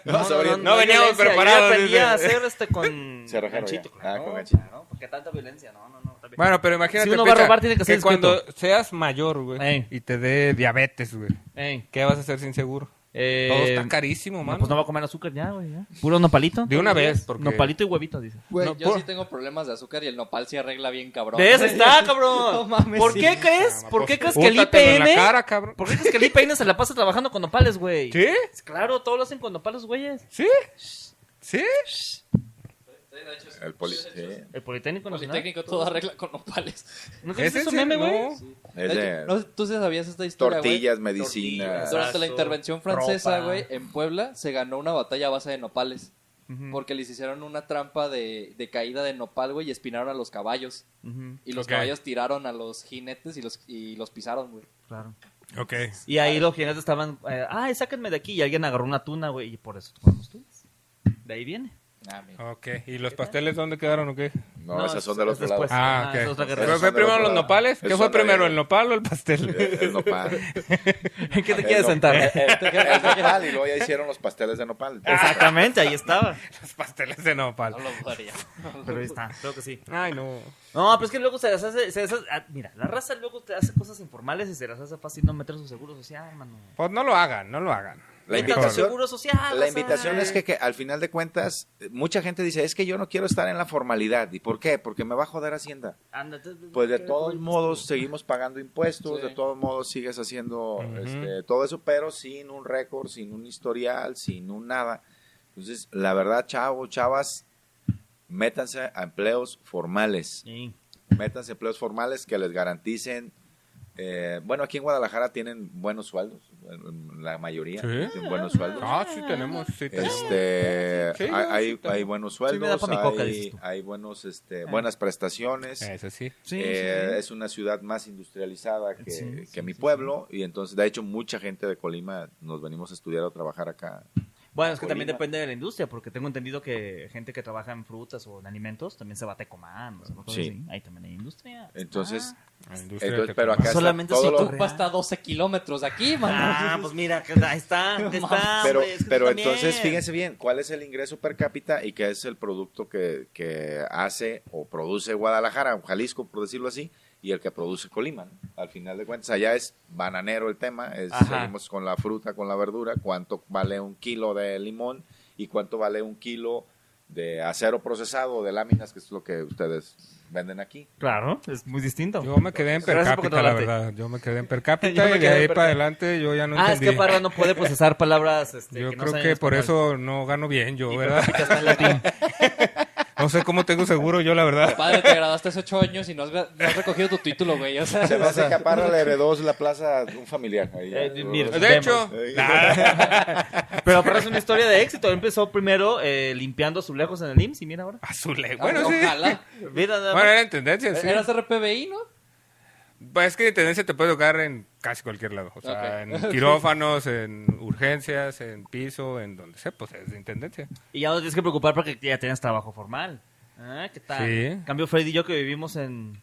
Vamos abriendo. no. veníamos violencia. preparados, Yo ya aprendí dice. a hacer este con Cerrajero ganchito, ya. claro, Ah, con ganchito. claro, porque tanta violencia, no, no, no. está bien. Bueno, pero imagínate Si uno va a picha, robar, tiene que ser discreto. cuando seas mayor, güey, Ey. y te dé diabetes, güey, Ey, ¿qué vas a hacer sin seguro? eh, Todo está carísimo, no, mano. pues no va a comer azúcar ya, güey. ya. Puro nopalito. De una vez, porque- Nopalito y huevito, dice. Güey, No, yo por- sí tengo problemas de azúcar y el nopal sí arregla bien, cabrón. De eso está, cabrón. No mames, ¿Por sí. qué crees? Ah, ¿Por pues, qué crees que el úntatelo en la IPN? cara, cabrón. ¿Por qué crees que el IPN se la pasa trabajando con nopales, güey? Pues ¿Sí? Claro, todos lo hacen con nopales, güeyes. ¿Sí? ¿Sí? El poli- sí. El Politécnico Nacional. Politécnico todo arregla con nopales. ¿Nunca viste ¿Ese su sí? meme, güey? No. Es De de hecho, no, tú sí sabías esta historia, güey. tortillas, medicinas. Durante la Brazo, intervención francesa, ropa. güey, en Puebla se ganó una batalla a base de nopales. Porque les hicieron una trampa de, de caída de nopal, güey, y espinaron a los caballos. Ujú, Y los Ok. caballos tiraron a los jinetes y los, y los pisaron, güey. claro. Ok. Y ahí los jinetes estaban, eh, ay, sáquenme de aquí. Y alguien agarró una tuna, güey, y por eso comemos tunas. De ahí viene. Ah, mira. Ok. ¿y los pasteles dónde quedaron o qué? No, No, esas son es- de los es después. lados. Ah, Ah, ok. es otra guerra. ¿Pero Son de fue primero otro los lado. nopales? ¿Qué Esos fue son de- primero, el nopal o el pastel? El nopal. ¿En qué te El quieres Ah, Ah, no- sentar? El nopal, y luego ya hicieron los pasteles de nopal. Exactamente, ahí estaba. los pasteles de nopal. No lo haría. Pero ahí está, creo que sí. Ay, no. No, pero es que luego se las hace, se las hace- ah, mira, la raza luego te hace cosas informales y se las hace fácil no meter su seguro social, mano. Pues no lo hagan, no lo hagan. La Meta invitación- tu seguro social. La o sea. invitación es que, que al final de cuentas, eh, mucha gente dice, es que yo no quiero estar en la formalidad. ¿Y por qué? Porque me va a joder Hacienda. Ándate, Pues de que- todos modos seguimos pagando impuestos, Sí. de todos modos sigues haciendo Ujú. este, todo eso, pero sin un récord, sin un historial, sin un nada. Entonces, la verdad, chavos, chavas, métanse a empleos formales. Sí. métanse empleos formales que les garanticen eh, bueno, aquí en Guadalajara tienen buenos sueldos, la mayoría ¿Sí? tienen buenos sueldos. Ah, sí tenemos, sí tenemos. Este, Sí, hay, no, sí, hay, también. hay buenos Sí, me da sueldos, pa' mi coca, dices hay, tú. hay buenos, este, Ah. buenas prestaciones. Eso sí. Sí, Eh, sí, sí. Es una ciudad más industrializada que, Sí, que sí, mi sí, pueblo y entonces, de hecho, mucha gente de Colima nos venimos a estudiar o trabajar acá. Bueno, es que también Colima. depende de la industria, porque tengo entendido que gente que trabaja en frutas o en alimentos también se va a Tecomán. O sea, cosas Sí. así. Ahí también hay industria. Entonces, Ah, La industria Entonces, de pero Tecomán. acá está Solamente todo si lo- tú Ocupa hasta 12 kilómetros de aquí, mano. Ah, pues mira, que- ahí está, ahí está. pero hombre, es que pero tú entonces, también. fíjense bien, ¿cuál es el ingreso per cápita y qué es el producto que, que hace o produce Guadalajara o Jalisco, por decirlo así, y el que produce Colima? ¿no? Al final de cuentas, allá es bananero el tema, es- Ajá. seguimos con la fruta, con la verdura, cuánto vale un kilo de limón y cuánto vale un kilo de acero procesado o de láminas, que es lo que ustedes venden aquí. Claro, es muy distinto. Yo me quedé en per Gracias por cápita, la controlarte. verdad. Yo me quedé en per Yo me cápita y de quedé en ahí per para cápita. adelante yo ya no ah, es entendí. que Parra no puede procesar palabras. Este, yo que no creo sean que por español. eso no gano bien yo, Y ¿verdad? Peppa Pig está en latín. No sé cómo tengo seguro yo, la verdad. Padre, te graduaste hace 8 años y no has, gra- no has recogido tu título, güey. O sea, Se me hace que a Parra le heredó la plaza de un familiar. ahí ya. Eh, mira, De hecho, Vemos. nada. Pero Parra es una historia de éxito. Él Empezó primero eh, limpiando sus lejos en el IMSS y mira ahora. Azule. ah, eh. Bueno, sí. Ojalá. Mira nada más. Bueno, era en tendencia, sí. Eras RPBI, ¿no? Pues es que tendencia te puede tocar en casi cualquier lado. O sea, Ok. en quirófanos, en urgencias, en piso, en donde sea, pues es de intendencia. Y ya no tienes que preocupar porque ya tienes trabajo formal. Ah, ¿qué tal? Sí. En Cambio Freddy y yo que vivimos en...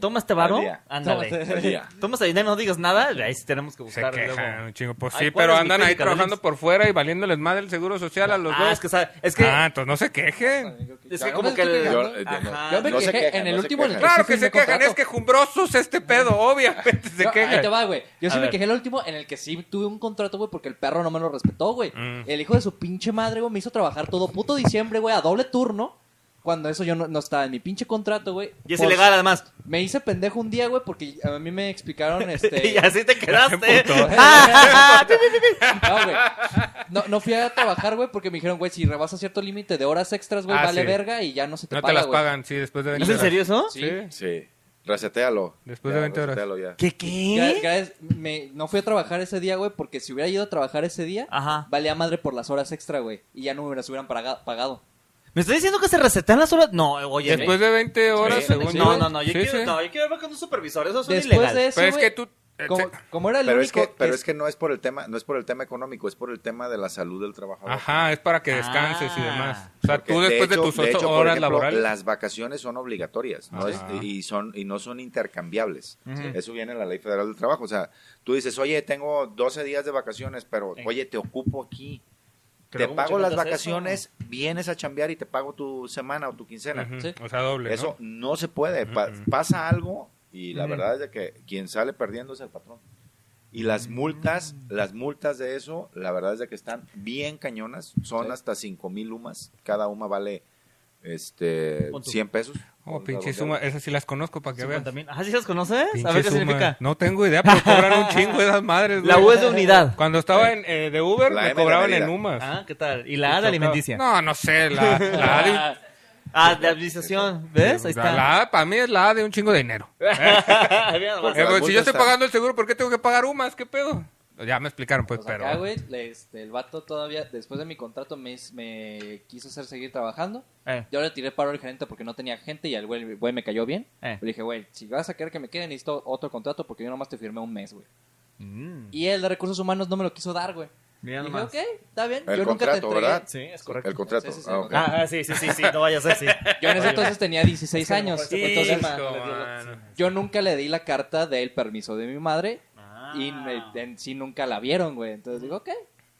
Toma este varo, Al día. ándale. Al día. Toma este dinero, no digas nada, ahí sí tenemos que Se buscar quejan luego. un chingo. Pues Ay, sí, ¿cuál pero es mi andan ahí técnica, trabajando Félix? por fuera y valiéndoles madre el seguro social a los Ah, dos. es que, sabe- es que, Ah, entonces no se quejen. es Ya que no como me que... estoy el- quejando. Yo- Ajá. Yo me No se quejé quejan, en no el se último en el quejan. Claro que sí se firmé quejan, es contrato. que jumbrosos este pedo, obviamente se No, ahí te quejan. va, güey. Yo A sí me ver. quejé el último en el que sí tuve un contrato, güey, porque el perro no me lo respetó, güey. Mm. El hijo de su pinche madre, güey, me hizo trabajar todo puto diciembre, güey, a doble turno. Cuando eso yo no, no estaba en mi pinche contrato, güey. Y es Pues, ilegal además. Me hice pendejo un día, güey, porque a mí me explicaron, y este... así te quedaste. Ah. Puto. No, güey. No, no fui a trabajar, güey, porque me dijeron, güey, si rebasas cierto límite de horas extras, güey, Ah, vale sí. verga y ya no se te No te paga, las güey. pagan, sí, después de 20 ¿Es en horas. serio eso? Sí. Sí. Sí, resetealo. Después de 20 horas. resetéalo ya. ¿Qué Gra- qué? gracias- me- no fui a trabajar ese día, güey, porque si hubiera ido a trabajar ese día, Ajá. valía madre por las horas extra, güey. Y ya no me hubieras hubieran paraga- pagado. ¿Me estás diciendo que se resetean las horas? No, oye. ¿eh? Después de 20 horas, Sí. según No, yo. no, no. Yo Sí, quiero, sí. no, yo quiero hablar con un supervisor. Eso es un Después ilegal. de eso, Pero es güey, que tú... eh, como, como era el Pero es único... que, pero es que no es por el tema, no es por el tema económico, es por el tema de la salud del trabajador. Ajá, es para que descanses y Ah. demás. O sea, Porque tú después de, hecho- tus 8 hecho, por horas ejemplo, laborales. Las vacaciones son obligatorias ¿no? Ajá. Es- y, son, y no son intercambiables. Eso viene en la Ley Federal del Trabajo. O sea, tú dices, oye, tengo 12 días de vacaciones, pero Sí. oye, te ocupo aquí. Que te luego mucha pago gente las hace vacaciones, vienes a chambear y te pago tu semana o tu quincena. Ujú, Sí. O sea, doble. ¿no? Eso no se puede. Pa- Ujú. Pasa algo y la Ujú. verdad es de que quien sale perdiendo es el patrón. Y las Mm. multas, las multas de eso, la verdad es de que están bien cañonas. Son Sí. hasta 5 mil humas. Cada huma vale este Pon tú. 100 pesos. Oh, pinche suma. Esas sí las conozco para que veas. 50 mil. Ajá, ¿sí las conoces? Pinche a ver qué suma. significa. No tengo idea, pero cobran un chingo esas madres. La güey. U es de unidad. Cuando estaba en, eh, de Uber, La me M de cobraban medida. en UMAS. Ah, ¿qué tal? Y la A de alimenticia. No, no sé. La, la A de- Ah, Ah, de administración. ¿Ves? Ahí la- la está. A para mí es la A de un chingo de dinero. Mira nomás. Porque Eh, las pues, si yo multas estoy están- pagando el seguro, ¿por qué tengo que pagar UMAS? ¿Qué pedo? Ya me explicaron, pues, pues pero... acá, güey, le- este, el vato todavía, después de mi contrato, me, me quiso hacer seguir trabajando. Eh, Yo le tiré paro al gerente porque no tenía gente y al güey, güey me cayó bien. eh. Le dije, güey, si vas a querer que me quede, necesito otro contrato porque yo nomás te firmé un mes, güey. Mm, Y el de recursos humanos no me lo quiso dar, güey. Mira dije, nomás. ok, está bien. El yo nunca te contrato, entregué. ¿verdad? Sí, es El correcto. Sí, contrato. sí, sí, Ah, el ok. Ah, ah, sí, sí, sí, sí, no vaya a ser, sí. Yo en ese entonces tenía 16 años. Sí, entonces, hijo, Hijo, mano. mano. yo nunca le di la carta del permiso de mi madre Ah. y me- en sí nunca la vieron, güey. Entonces digo, ok.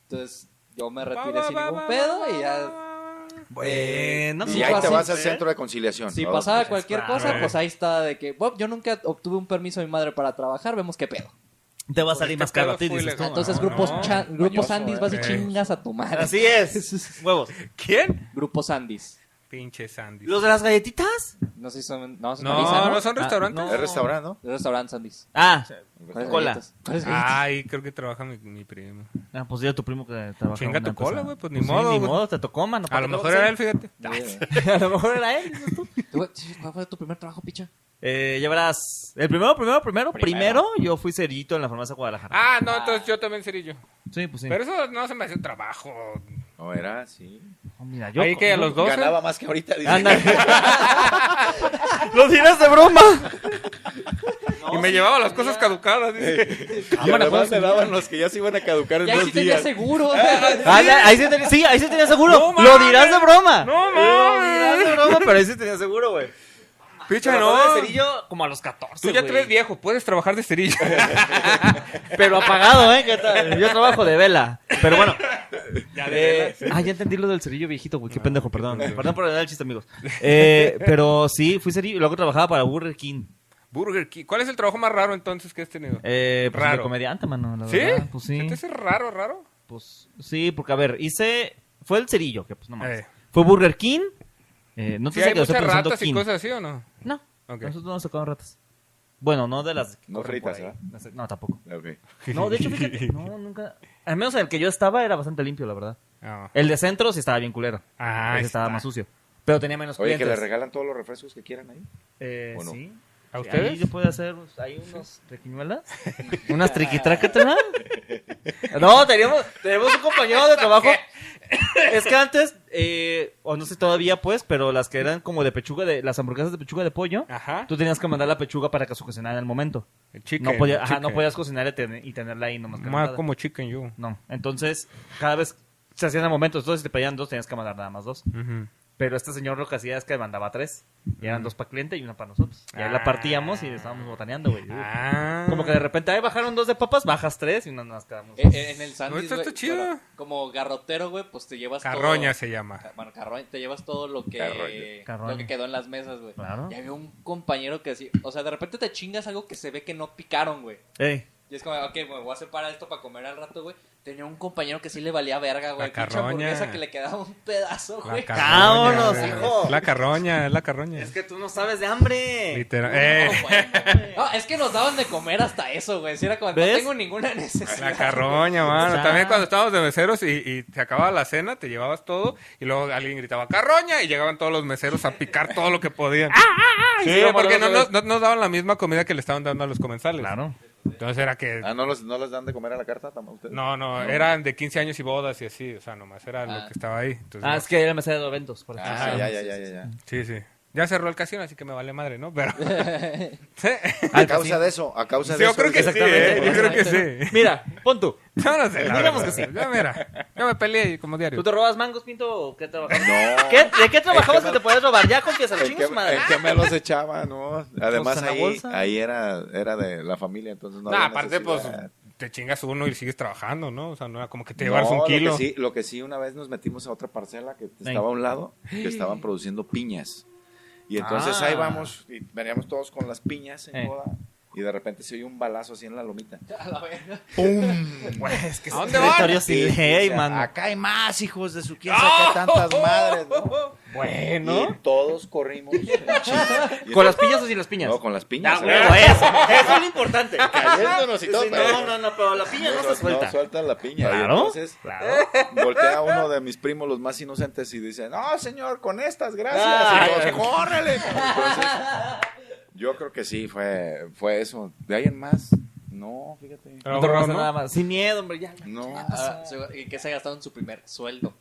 Entonces yo me Va, retiré va, sin va, ningún va, pedo va, y ya. va, va. Ah, Bueno, Y Sí, ahí te fácil, vas al ¿eh? centro de conciliación. Si ¿no? pasaba cualquier claro. cosa, Eh. pues ahí está de que, Bob, yo nunca obtuve un permiso de mi madre para trabajar, vemos qué pedo. Te va a salir Este más caro a ti, pedo fue dices tú. ilegal. Entonces, no, grupos, Ah, no. Ah, Chan- grupos Mañoso, Andis, eh. vas y Eh. chingas a tu madre. Así es. Huevos. ¿Quién? Grupos Andis. Pinche Sandy. ¿Los de las galletitas? No sé si son. No, son No, Marisa, no son Ah, restaurantes. no. El restaurante, ¿no? El restaurante Sandys. Ah, ¿Cuáles Cola. galletas? ¿Cuáles galletas? Ay, creo que trabaja mi, mi primo. ah, pues yo tu primo que trabaja. Chinga tu cola, güey, pues, ni modo, Ni güey. modo, te tocó, mano. A ¿para lo qué te mejor vas a era él, fíjate. Muy bien. hacer? A lo mejor era él, dices tú. Tú, güey, ¿Cuál fue tu primer trabajo, picha? Eh, ya verás. El primero, primero, primero, Primero. primero, yo fui cerillito en la farmacia Guadalajara. Ah, no, entonces yo también cerillo. Sí, pues sí. Pero eso no se me hace un trabajo. No, era así. Oh, mira, yo Ahí que a yo- Pues, los 12. Ganaba más que ahorita. dice. Anda. Lo dirás de broma. y me llevaba las cosas caducadas. dice. Y Cámara, además pues, se daban los que ya se iban a caducar en Ya dos sí tenía días. seguro. Ah, ya, ahí sí tenía, sí, ahí sí tenía seguro. No Lo mames. dirás de broma. No Lo dirás de mames. broma, pero ahí sí tenía seguro, güey. Picha, Me acordé no. de cerillo como a los 14. Tú ya güey. te ves viejo, puedes trabajar de cerillo. Pero apagado, ¿eh? ¿Qué tal? Yo trabajo de vela. Pero bueno. Ya Eh, ah, ya entendí lo del cerillo viejito, güey. Ah, Qué pendejo, perdón. Perdón por dar el chiste, amigos. Eh, pero sí, fui cerillo. y Luego trabajaba para Burger King. Burger King. ¿Cuál es el trabajo más raro entonces que has tenido? Eh, pues, Raro. De comediante, mano. La ¿Sí? verdad. Pues sí. ¿Se te hace raro, raro? Pues sí, porque a ver, hice. Fue el cerillo, que pues no más. Eh. Fue Burger King. Eh, no Sí, te hay sé que estoy muchas pensando ratas y King. cosas así, ¿o no? No. Ok. Nosotros no sacamos ratas. Bueno, no de las. que No corren por fritas, ahí. ¿verdad? No sé- No, tampoco. Ok. No, de hecho, fíjate. No, nunca. Al menos el que yo estaba era bastante limpio, la verdad. No. El de centro sí estaba bien culero. Ah, ahí Ese estaba está. más sucio. Pero tenía menos Oye, que clientes. le regalan todos los refrescos que quieran ahí. Eh, ¿O no? sí. ¿A Sí, Ahí se ustedes? puede hacer hay unos triquiñuelas, unas triquitracatras. No, teníamos, tenemos un compañero de trabajo. Es que antes, eh, o no sé todavía pues, pero las que eran como de pechuga, de las hamburguesas de pechuga de pollo, Ajá. tú tenías que mandar la pechuga para que se cocinara en el momento. El chicken, no, podía- ajá, chicken. no podías cocinar y, tener- y tenerla ahí nomás. Más calentada. como chicken yo. No, entonces cada vez se hacían al momento, entonces si te pedían dos tenías que mandar nada más dos. Ujú. Pero este señor lo que hacía es que mandaba tres. Y eran dos para cliente y una para nosotros. Y ahí la Ah. partíamos y estábamos botaneando, güey. Ah. Como que de repente, ahí bajaron dos de papas, bajas tres y nos, nos quedamos. Eh, eh, en el No, sándwich, esto está güey, chido. bueno, como garrotero, güey, pues te llevas Carroña todo... se llama. Ca- Bueno, carroña, te llevas todo lo que, Carroña. Carroña. lo que quedó en las mesas, güey. Claro. Y había un compañero que así, o sea, de repente te chingas algo que se ve que no picaron, güey. Ey, Y es como, ok, me voy a separar esto para comer al rato, güey. Tenía un compañero que sí le valía verga, güey. La Pinche hamburguesa carroña. que le quedaba un pedazo, La güey. carroña. Vámonos, güey. hijo. La carroña, es la carroña. es que tú no sabes de hambre. Literal. No, Eh, bueno, güey. No, es que nos daban de comer hasta eso, güey. Si era como, ¿Ves? no tengo ninguna necesidad. La carroña, mano. Ya. También cuando estábamos de meseros y, y se acababa la cena, te llevabas todo y luego alguien gritaba carroña y llegaban todos los meseros a picar todo lo que podían. Ah, Sí, Sí, como porque la no otra nos, no nos daban la misma comida que le estaban dando a los comensales. Claro. Entonces era que... Ah, ¿no los, no los dan de comer a la carta tampoco ustedes? Eh. No, no, eran de 15 años y bodas y así, o sea, nomás era lo Ah. que estaba ahí. Entonces, Ah, no. es que era mesera de eventos. Por ejemplo. Ah, ya, ya, ya, ya, ya. Sí, sí. Ya cerró el casino, así que me vale madre, ¿no? Pero... Sí. A causa de eso, a causa Sí, de yo eso. creo que sí, Exactamente. ¿eh? yo creo que sí. Mira, pon tú. Yo no sé, la Digamos verdad. que sí. Ya, mira, yo me peleé como diario. ¿Tú te robas mangos, Pinto? o ¿Qué trabajabas? No. ¿Qué- ¿De qué trabajabas Es que que te podías robar? Ya confiesa, ¿En chingas qué, madre. en qué me los echaba, no? Además, en la ahí, bolsa. ahí era, era de la familia, entonces no No, había aparte, pues, necesidad. te chingas uno y sigues trabajando, ¿no? O sea, no era como que te No, llevaras un lo que kilo. sí- Lo que, sí, una vez nos metimos a otra parcela que Ven. estaba a un lado, que estaban produciendo piñas. Y entonces Ah. ahí vamos, y veníamos todos con las piñas en Eh. boda, y de repente se oye un balazo así en la lomita. A la verga. ¿A dónde van? Territorio sin ley, O sea, mano. Acá hay más hijos de su quién sabe ¡Oh! qué tantas madres, ¿no? Bueno. Y todos corrimos. en chinga. Y ¿Con entonces- las piñas o sin las piñas? No, con las Ah, piñas. ¿eh? huevo, eso. Eso es lo importante. Cayéndonos y todo, Sí, sí, pero- No, no, no, pero la piña no se No, suelta. No, suelta la piña. Y Claro, entonces claro. voltea uno de mis primos, los más inocentes, y dice, no, señor, con estas, gracias. Ah. Y todos, "Córrele". Entonces, yo creo que sí, fue, fue eso. De ahí en más, no, fíjate. No te robas nada más. Sin miedo, hombre, ya. No. Ah, se- y que se gastaron su primer sueldo.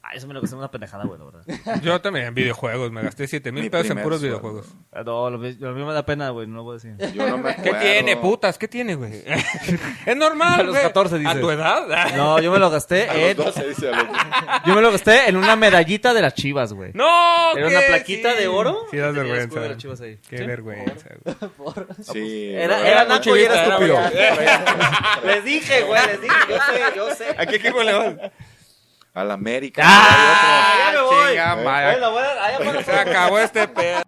Ah, eso me lo gasté en una pendejada, güey, la verdad. Yo también en videojuegos, me gasté 7 Mi mil pesos en primer puros sueldo. videojuegos. Ah, No, lo, lo mismo me da pena, güey, no lo voy a decir. Yo no me ¿Qué acuerdo. tiene, putas? ¿Qué tiene, güey? es normal, A los güey. 14 dices. ¿A tu edad? No, yo me lo A gasté los en, 12, dice, a los 12. yo me lo gasté en una medallita de las chivas, güey. ¡No! Era ¿qué? una plaquita Sí. de oro. Sí, das y tenía el escudo vergüenza. de las chivas ahí. Qué ¿Sí? vergüenza, güey. Sí, Era, ¿verdad? era naco y era Era estúpido. Era- Les dije, güey, les dije. Yo sé, yo sé. ¿A qué equipo le vas? A la América. ¡Ah! ya me voy. Chinga, madre. Bueno, bueno, allá para Se acabó este pedo.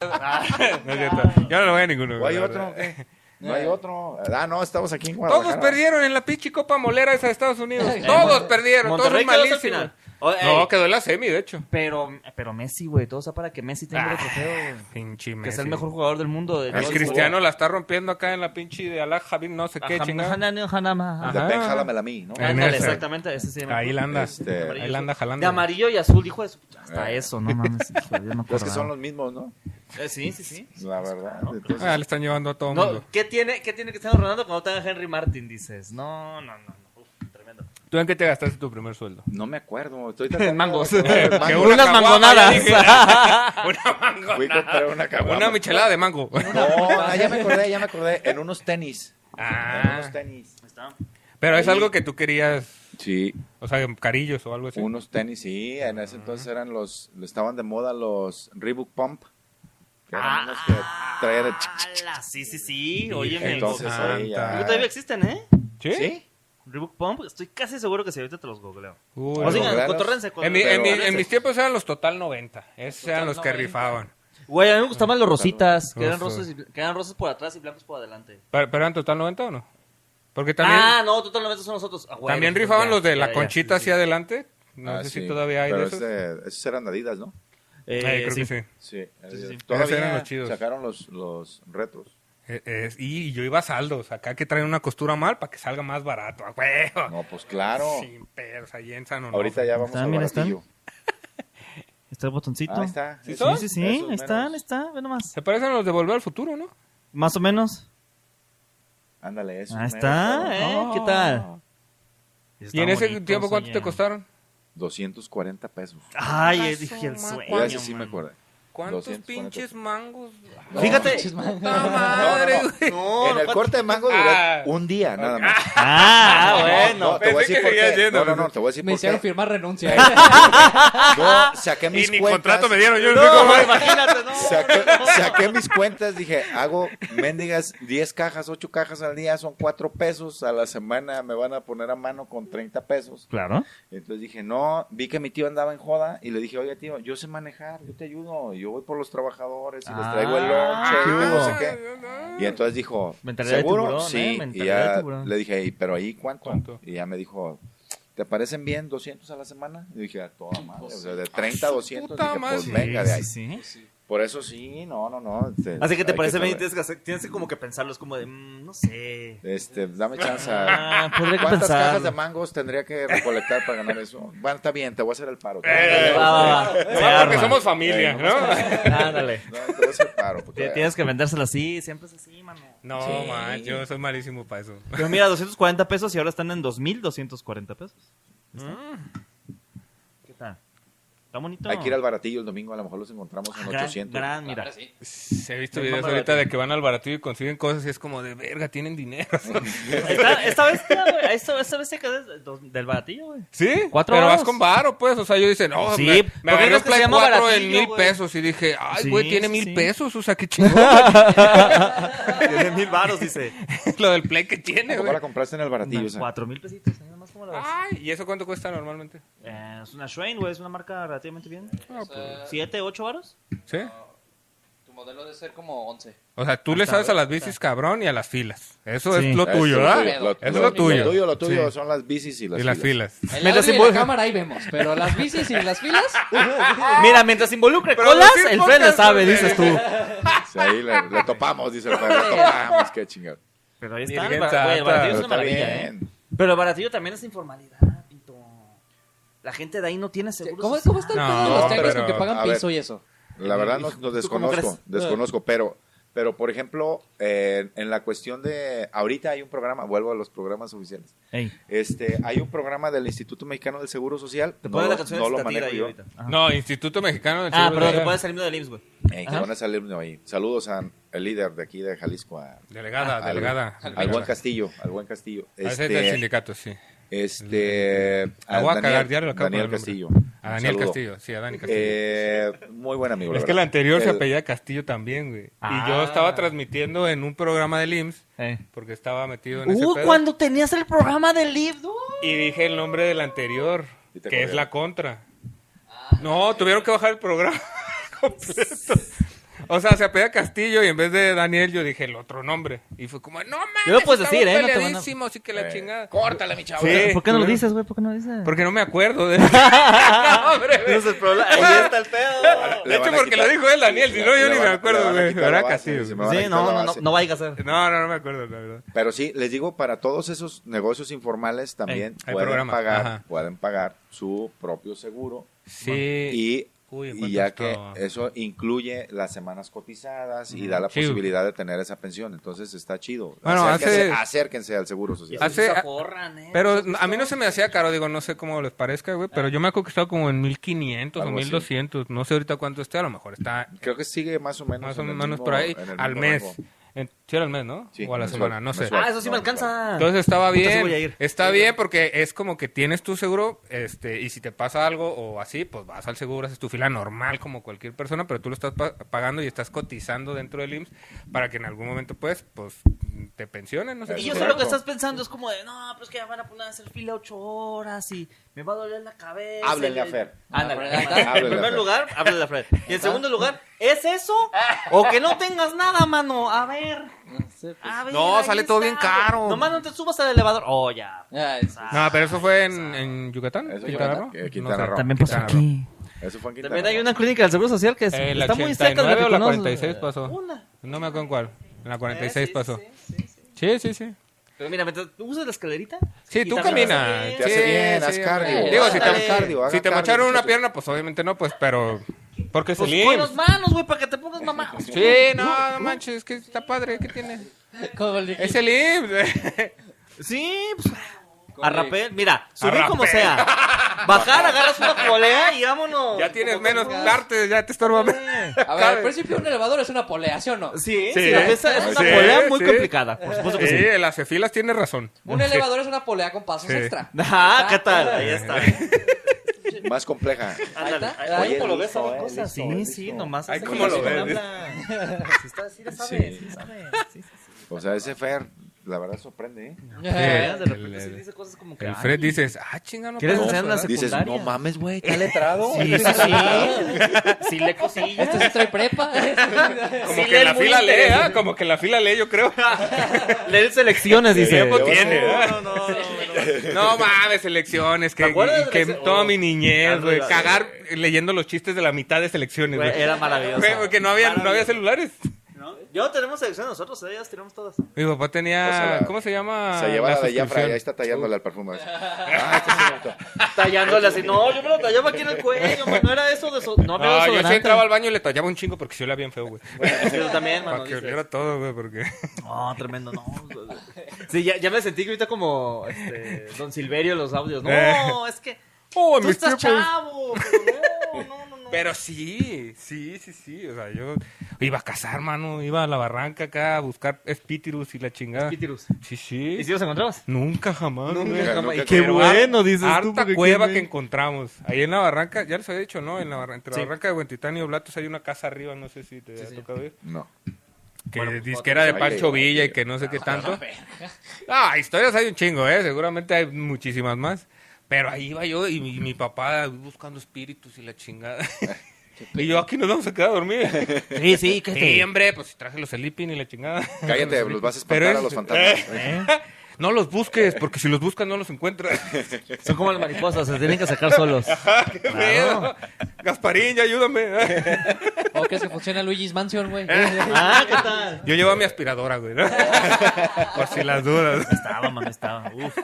No es cierto. Yo no lo voy a ninguno. ¿O hay la otro? verdad. No hay otro. Ah, no, estamos aquí en Eh. Todos Guadalajara. perdieron en la pinche Copa Molera esa de Estados Unidos. Todos perdieron, Eh, Monterrey todos quedó hasta el malísimos. final. Oh, ey, No, quedó en la semi, de hecho. pero, pero Messi, güey, todo está para que Messi tenga el trofeo, güey. Pinche Que es Messi. el mejor jugador del mundo. de El Cristiano la está rompiendo acá en la pinche de Alá Javid, no sé qué chingada. De Ajá. pen, jálamela a mí, ¿no? Ah, En Ándale, ese. exactamente. Ese sí me Ahí la anda. Este, Ahí la anda acuerdo. jalando. De amarillo y azul, hijo de su... Hasta Eh. eso, no mames. hijo, yo no Los que son acordaba. los mismos, ¿no? Eh, sí, sí, sí. La verdad. Entonces, Ah, le están llevando a todo el No, mundo. ¿qué, tiene, ¿Qué tiene Cristiano Ronaldo cuando tenga Henry Martin? Dices, no, no, no. no. Uf, tremendo. ¿Tú en qué te gastaste tu primer sueldo? no me acuerdo. Estoy tratando de- Mangos. Mangos. Eh, Que Unas caguama, mangonadas. ya dije. una Fui a mangonada. comprar una caguama. Una michelada de mango. No, ah, ya me acordé, ya me acordé. En unos tenis. En Ah, unos tenis. Está. pero es algo que tú querías, Sí, o sea, carillos o algo así. unos tenis, sí. En ese entonces eran los, estaban de moda los Reebok Pump. Que eran Ah. unos que traían el chic, chic, Ah, Ala, sí, sí, sí. Oye, me Entonces, Santa. ahí Creo que ya. todavía existen, ¿eh? ¿Sí? ¿Sí? Reebok Pump, estoy casi seguro que si ahorita te los googleo. Uy, O Bueno, sea, googlealos. cotorrense. en, mi- en mi- en Pero- mis tiempos eran los Total 90. Esos eran los que rifaban. Güey, a mí me gustaban los rositas, que Uf, eran, uf. rosas y- que eran rosas por atrás y blancos por adelante. ¿Pero, pero eran Total 90 o no? Porque también, Ah, no, totalmente son nosotros. Ah, güey, también nosotros rifaban ya, los de ya, la ya, conchita sí, hacia adelante. No Ah, sé sí. si todavía hay de Pero esos. ese- esos eran Adidas, ¿no? sí. Eh, Ay, creo sí. que sí. Sí, sí. Todavía Esos eran los chidos. sacaron los, los retros. Eh, eh, y yo iba a saldos. Acá que traen una costura mal para que salga más barato. A huevo. No, pues claro. Sin pedos, ahí en San Onofre. Ahorita ya vamos Están, a mira, baratillo. Ah, Está el botoncito. Ahí está. ¿Sí Esos- son? Sí, sí, sí, ahí esos están, meros. está, ve nomás. Se parecen a los de Volver al Futuro, ¿no? Más o menos. Ándale, eso. Ahí Ah, está, ¿eh? ¿Qué tal? ¿Y en ese tiempo cuánto te costaron? 240 pesos. Ay, eh, dije el sueño. Ya ese sí me man. acordé. ¿Cuántos 240. pinches mangos? No, Fíjate. pinches No, ¡Puta madre, madre, güey! en el corte de mango duré Ah. un día, nada más. Ah, No, bueno. no, te voy pensé a decir que por seguías qué. yendo. No, no, no, te voy a decir Me por hicieron qué. firmar renuncia. Yo saqué mis y ni cuentas. contrato me dieron yo. No, güey, imagínate, no. Saqué, saqué mis cuentas, dije, hago mendigas 10 cajas, 8 cajas al día, son 4 pesos a la semana, me van a poner a mano con 30 pesos. Claro. Entonces dije, no, vi que mi tío andaba en joda y le dije, oye tío, yo sé manejar, yo te ayudo, yo voy por los trabajadores y les traigo el Ah, lonche y ¿qué no hubo? sé qué. Y entonces dijo, Mentalidad de ¿seguro? tiburón, ¿eh? sí. Y Mentalidad de ya tiburón. le dije, "¿Y- pero ahí cuánto? ¿Cuánto? Y ya me dijo, ¿te parecen bien 200 a la semana? Y dije, a toda madre. O pues sea, de 30 a 200. Ah, puta Dije, pues madre. venga de ahí. Sí, Por eso sí, no, no, no. este, Así Ah, que te hay parece bien, y saber. tienes que, hacer- tienes que como que pensarlo, es como de, mm, no sé. Este, dame chance. Ah, podría que ¿Cuántas pensarlo. cajas de mangos tendría que recolectar para ganar eso? Bueno, está bien, te voy a hacer el paro. Eh, Va, va, va. Se Nomás porque arma. somos familia, Eh, ¿no? Ándale. No, te voy a hacer paro. porque- Tie- Tienes que vendérselo así, siempre es así, mano. No, Sí. man, yo soy malísimo para eso. Pero mira, 240 pesos y ahora están en 2240 pesos. Mm. ¿Qué tal? Está bonito. Hay que ir al baratillo el domingo, a lo mejor los encontramos en Ah, gran, 800. gran, mira. He visto El videos mambo ahorita baratillo. de que van al baratillo y consiguen cosas y es como de verga, tienen dinero. Esta, esta vez, mira, güey, esta, esta vez se quedó del- del baratillo, güey. ¿Sí? Cuatro pero vas varos. con varo, pues. O sea, yo dicen, no, Sí, me, me ¿por qué agarré crees un que se Play llama 4 en baratillo, mil güey? pesos y dije, ay, Sí, güey, tiene sí, mil sí. pesos. O sea, qué chingón Tiene mil baros, dice. lo del Play que tiene, ¿Cómo güey. la compraste en el baratillo? o sea? Cuatro mil pesitos, ahí nomás como la ves. Ay, ¿y eso cuánto cuesta normalmente? Eh, es una Schwein, güey, es una marca relativamente bien. pues. ¿Siete, ocho baros? ¿Sí? Tu modelo debe ser como 11. O sea, tú le sabes a las bicis, cabrón, y a las filas. Eso Sí. es lo Eso tuyo, ¿verdad? tuyo, lo- Eso es lo tuyo. Lo tuyo, lo tuyo Sí. son las bicis y las Y las filas. El Mientras audio y involucra- la cámara ahí vemos, pero las bicis y las filas. Mira, mientras involucre Pero colas, decir el podcast, Fred le sabe, güey. dices tú. Sí, ahí le, le topamos, dice el perro. Le topamos, qué chingado. Pero ahí Ni está, el bien bar- güey, el santa. baratillo Pero es una está maravilla, ¿eh? bien. Pero el baratillo también es informalidad, pito. La gente de ahí no tiene seguro. ¿Cómo, social. ¿Cómo está el No, pedo de los tianguis pero, con que pagan a ver. piso y eso? La verdad no, no desconozco, crees? desconozco, pero, pero por ejemplo, eh, en la cuestión de, ahorita hay un programa, vuelvo a los programas oficiales, Ey, este, hay un programa del Instituto Mexicano del Seguro Social, te no pones lo- la canción no de lo Statira manejo ahí yo. ahorita. Ajá. No, Instituto Mexicano del Ah, Seguro perdón, Social. te pones el himno del IMSS, güey. Eh, que Ajá. van a salir de ahí. Saludos al líder de aquí de Jalisco, a- Delegada, Ah, al- delegada. al, delegada. buen Castillo, al buen Castillo. Ah, ese es del Este, sindicato, sí. este, La al voy a cagar, diario lo acabo Daniel con el nombre. Castillo. A Daniel Saludo. Castillo, sí, a Dani Castillo. Eh, muy buen amigo. es que el verdad. Eh, anterior se El- apellía Castillo también, güey. Ah. Y yo estaba transmitiendo en un programa del IMSS Eh. porque estaba metido en ese Uh, pedo. cuando tenías el programa del IMSS, no. Y dije el nombre del anterior, Y te que es corrieron. Ah. la contra. No, tuvieron que bajar el programa completo. O sea, se apela Castillo y en vez de Daniel yo dije el otro nombre. Y fue como, no mames, lo puedes decir, ¿eh? No te van a- peleadísimo, así que la Eh, chingada. Córtale, mi chavo. Sí. ¿Por qué no lo claro. dices, güey? ¿Por qué no lo dices? Porque no me acuerdo de... No, hombre, Ese güey. es el problema. Ahí está el pedo. De hecho, porque lo dijo él, Daniel, si no, yo ni me acuerdo, güey. Era Castillo. Sí, no, no, no, no vaya a ser. No, no, no me acuerdo, la verdad. Pero sí, les digo, para todos esos negocios informales también hay pueden, programa, pagar, ajá. pueden pagar su propio seguro. Sí. Y, Uy, y ¿cuánto ya que estaba? eso incluye las semanas cotizadas y Ujú. da la Sí. posibilidad de tener esa pensión. Entonces está chido. Bueno, acérquense, hace- acérquense al seguro social. Hace- Esa porra, neta. Pero a mí no se me hacía caro, digo, no sé cómo les parezca, güey, Ah. pero yo me acuerdo que estaba como en 1500 o Algo así. 1200, no sé ahorita cuánto esté, a lo mejor está Creo que sigue más o menos. más o en el menos mismo- por ahí en el al mismo mes. rango. En- Sí, era al mes, ¿no? Sí, o a la mensual, semana, no sé. mensual. Ah, eso sí me alcanza. Entonces estaba Entonces bien. voy a ir. Está bien porque es como que tienes tu seguro este y si te pasa algo o así, pues vas al seguro, haces tu fila normal como cualquier persona, pero tú lo estás pa- pagando y estás cotizando dentro del IMSS para que en algún momento pues pues te pensionen, no sé. Y Es yo sé correcto. lo que estás pensando, es como de, no, pero es que ya van a poner a hacer fila ocho horas y me va a doler la cabeza. Háblenle Y- a Fer. Ándale, Háblenle a ahí está. Fer. En Háblenle a primer Fer. lugar, háblenle a Fer. Y en segundo lugar, ¿es eso? O que no tengas nada, mano. A ver, No sé, pues. a ver. No, ahí sale todo está, bien güey. caro. Nomás no te subas al elevador. Oh, ya. Ah, es- No, pero eso fue en, en Yucatán, Eso Quintana Yucatán, Roo. eh, Quintana No sé. Roo. También pasó Quintana Roo. aquí. Eso fue en Quintana También hay Roo. una clínica del Seguro Social que es- Eh, la está muy cerca de 89 o la Piconoso. 46 pasó. Una. No me acuerdo en cuál. En la 46 Eh, Sí, pasó. sí, sí, sí. Sí, sí, sí. Pero mira, mientras tú usas la escalerita. Sí, y tú te caminas. agarras bien. Te hace Sí, sí, bien, haz hombre. cardio. Digo, si te- Hagan cardio, Si hagan te mocharon cardio, una muchachos. pierna, pues obviamente no, pues, pero... Porque es el Pues, con las IMSS. manos, güey, para que te pongas mamá. Sí, no, no manches, es que está padre, ¿qué tiene? Como el de- Es el IMSS. Sí, pues. Con A el- rapel, mira, subir rapel. como sea. Bajar, agarras una polea y vámonos. Ya tienes como menos que- partes, ya te estorba menos. A ver, pues, al principio un elevador es una polea, ¿sí o no? Sí, sí, Sí. la mesa es una Sí, polea muy sí. complicada, por supuesto que Sí, pues, sí. el acefilas tiene razón. Un elevador es una polea con pasos Sí. extra. Ah, ¿qué tal? Ahí está. Más compleja. Ándale. está. Ahí Oye, como lo ves, listo, sabe eh, cosas. listo, Sí, listo. sí, nomás. Ahí hace como lo que ves, habla. Sí, está, sí, le sabe, Sí. sí, le sabe. Sí, sí, sí. O sea, ese Fer, la verdad sorprende, ¿eh? De El- repente sí dice cosas como que. El ay, Fred dices, ah, chingano. ¿Quieres pero- enseñar una Dices, secundaria? no mames, güey, está letrado. Este Sí, sí, sí. Este Sí, le cosillas. Esto es Este trae prepa. Como Sí, que en la leen muy fila lee, interesante. ¿ah? Como que en la fila lee, yo creo. Leer selecciones, dice. Tiempo tiene, ¿eh? No, no, no. no. No mames, elecciones, ¿Te que, acuerdas de que las- toda oh. mi niñez, güey. Arriba. Cagar leyendo los chistes de la mitad de selecciones, Güey, güey. Era maravilloso. Güey, Porque no había, no había celulares. ¿No? Yo tenemos selección nosotros, ellas tenemos todas. Mi papá tenía, O sea, la- ¿cómo se llama? Se lleva la de Jafra suscripción? y ahí está tallándole al perfume. Ah, este es cierto. Tallándole así. No, yo me lo tallaba aquí en el cuello, man, No era eso de so... No, había No, yo sí desodorante. entraba al baño y le tallaba un chingo porque se olía bien feo, güey. Sí, Yo también, mano. Para que dices. oliera todo, güey, porque... No, tremendo, no. Sí, ya, ya me sentí que ahorita como este, Don Silverio los audios. No, es que. Oh, Tú estás chavo, pero no, no, no, no. Pero sí, sí, sí, sí. O sea, yo iba a cazar, mano. Iba a la barranca acá a buscar espíritus y la chingada. Pitirus. Sí, ¿Y sí. si los encontrabas? Nunca jamás, güey. Nunca, nunca Y qué comieron. bueno, dices tú. Harta porque cueva qué que encontramos. Ahí en la barranca, ya les había dicho, ¿no? En la barra- entre la Sí. barranca de Huentitán y Oblatos hay una casa arriba, no sé si te ha señor. tocado ir. No. Que Bueno, disquera pues, de vamos a- Pancho Ahí, ahí, Villa ahí. y que no sé qué tanto. Ah, historias hay un chingo, ¿eh? Seguramente hay muchísimas más. Pero ahí iba yo y mi, mi papá buscando espíritus y la chingada. y yo aquí nos vamos a quedar a dormir. Sí, sí, que sí, hombre, pues traje los sleeping y la chingada. Cállate, los vas a Pero espantar a es- eh. los fantasmas. ¿eh? No los busques, porque si los buscas no los encuentras. Son como las mariposas, se tienen que sacar solos. ¡Qué pedo! Gasparín, ya ayúdame. ¿O crees que funciona Luigi's Mansion, güey? Eh, Ah, ¿qué tal? Yo llevo mi aspiradora, güey. ¿no? Por si las dudas. Estaba, mami, estaba. Uf.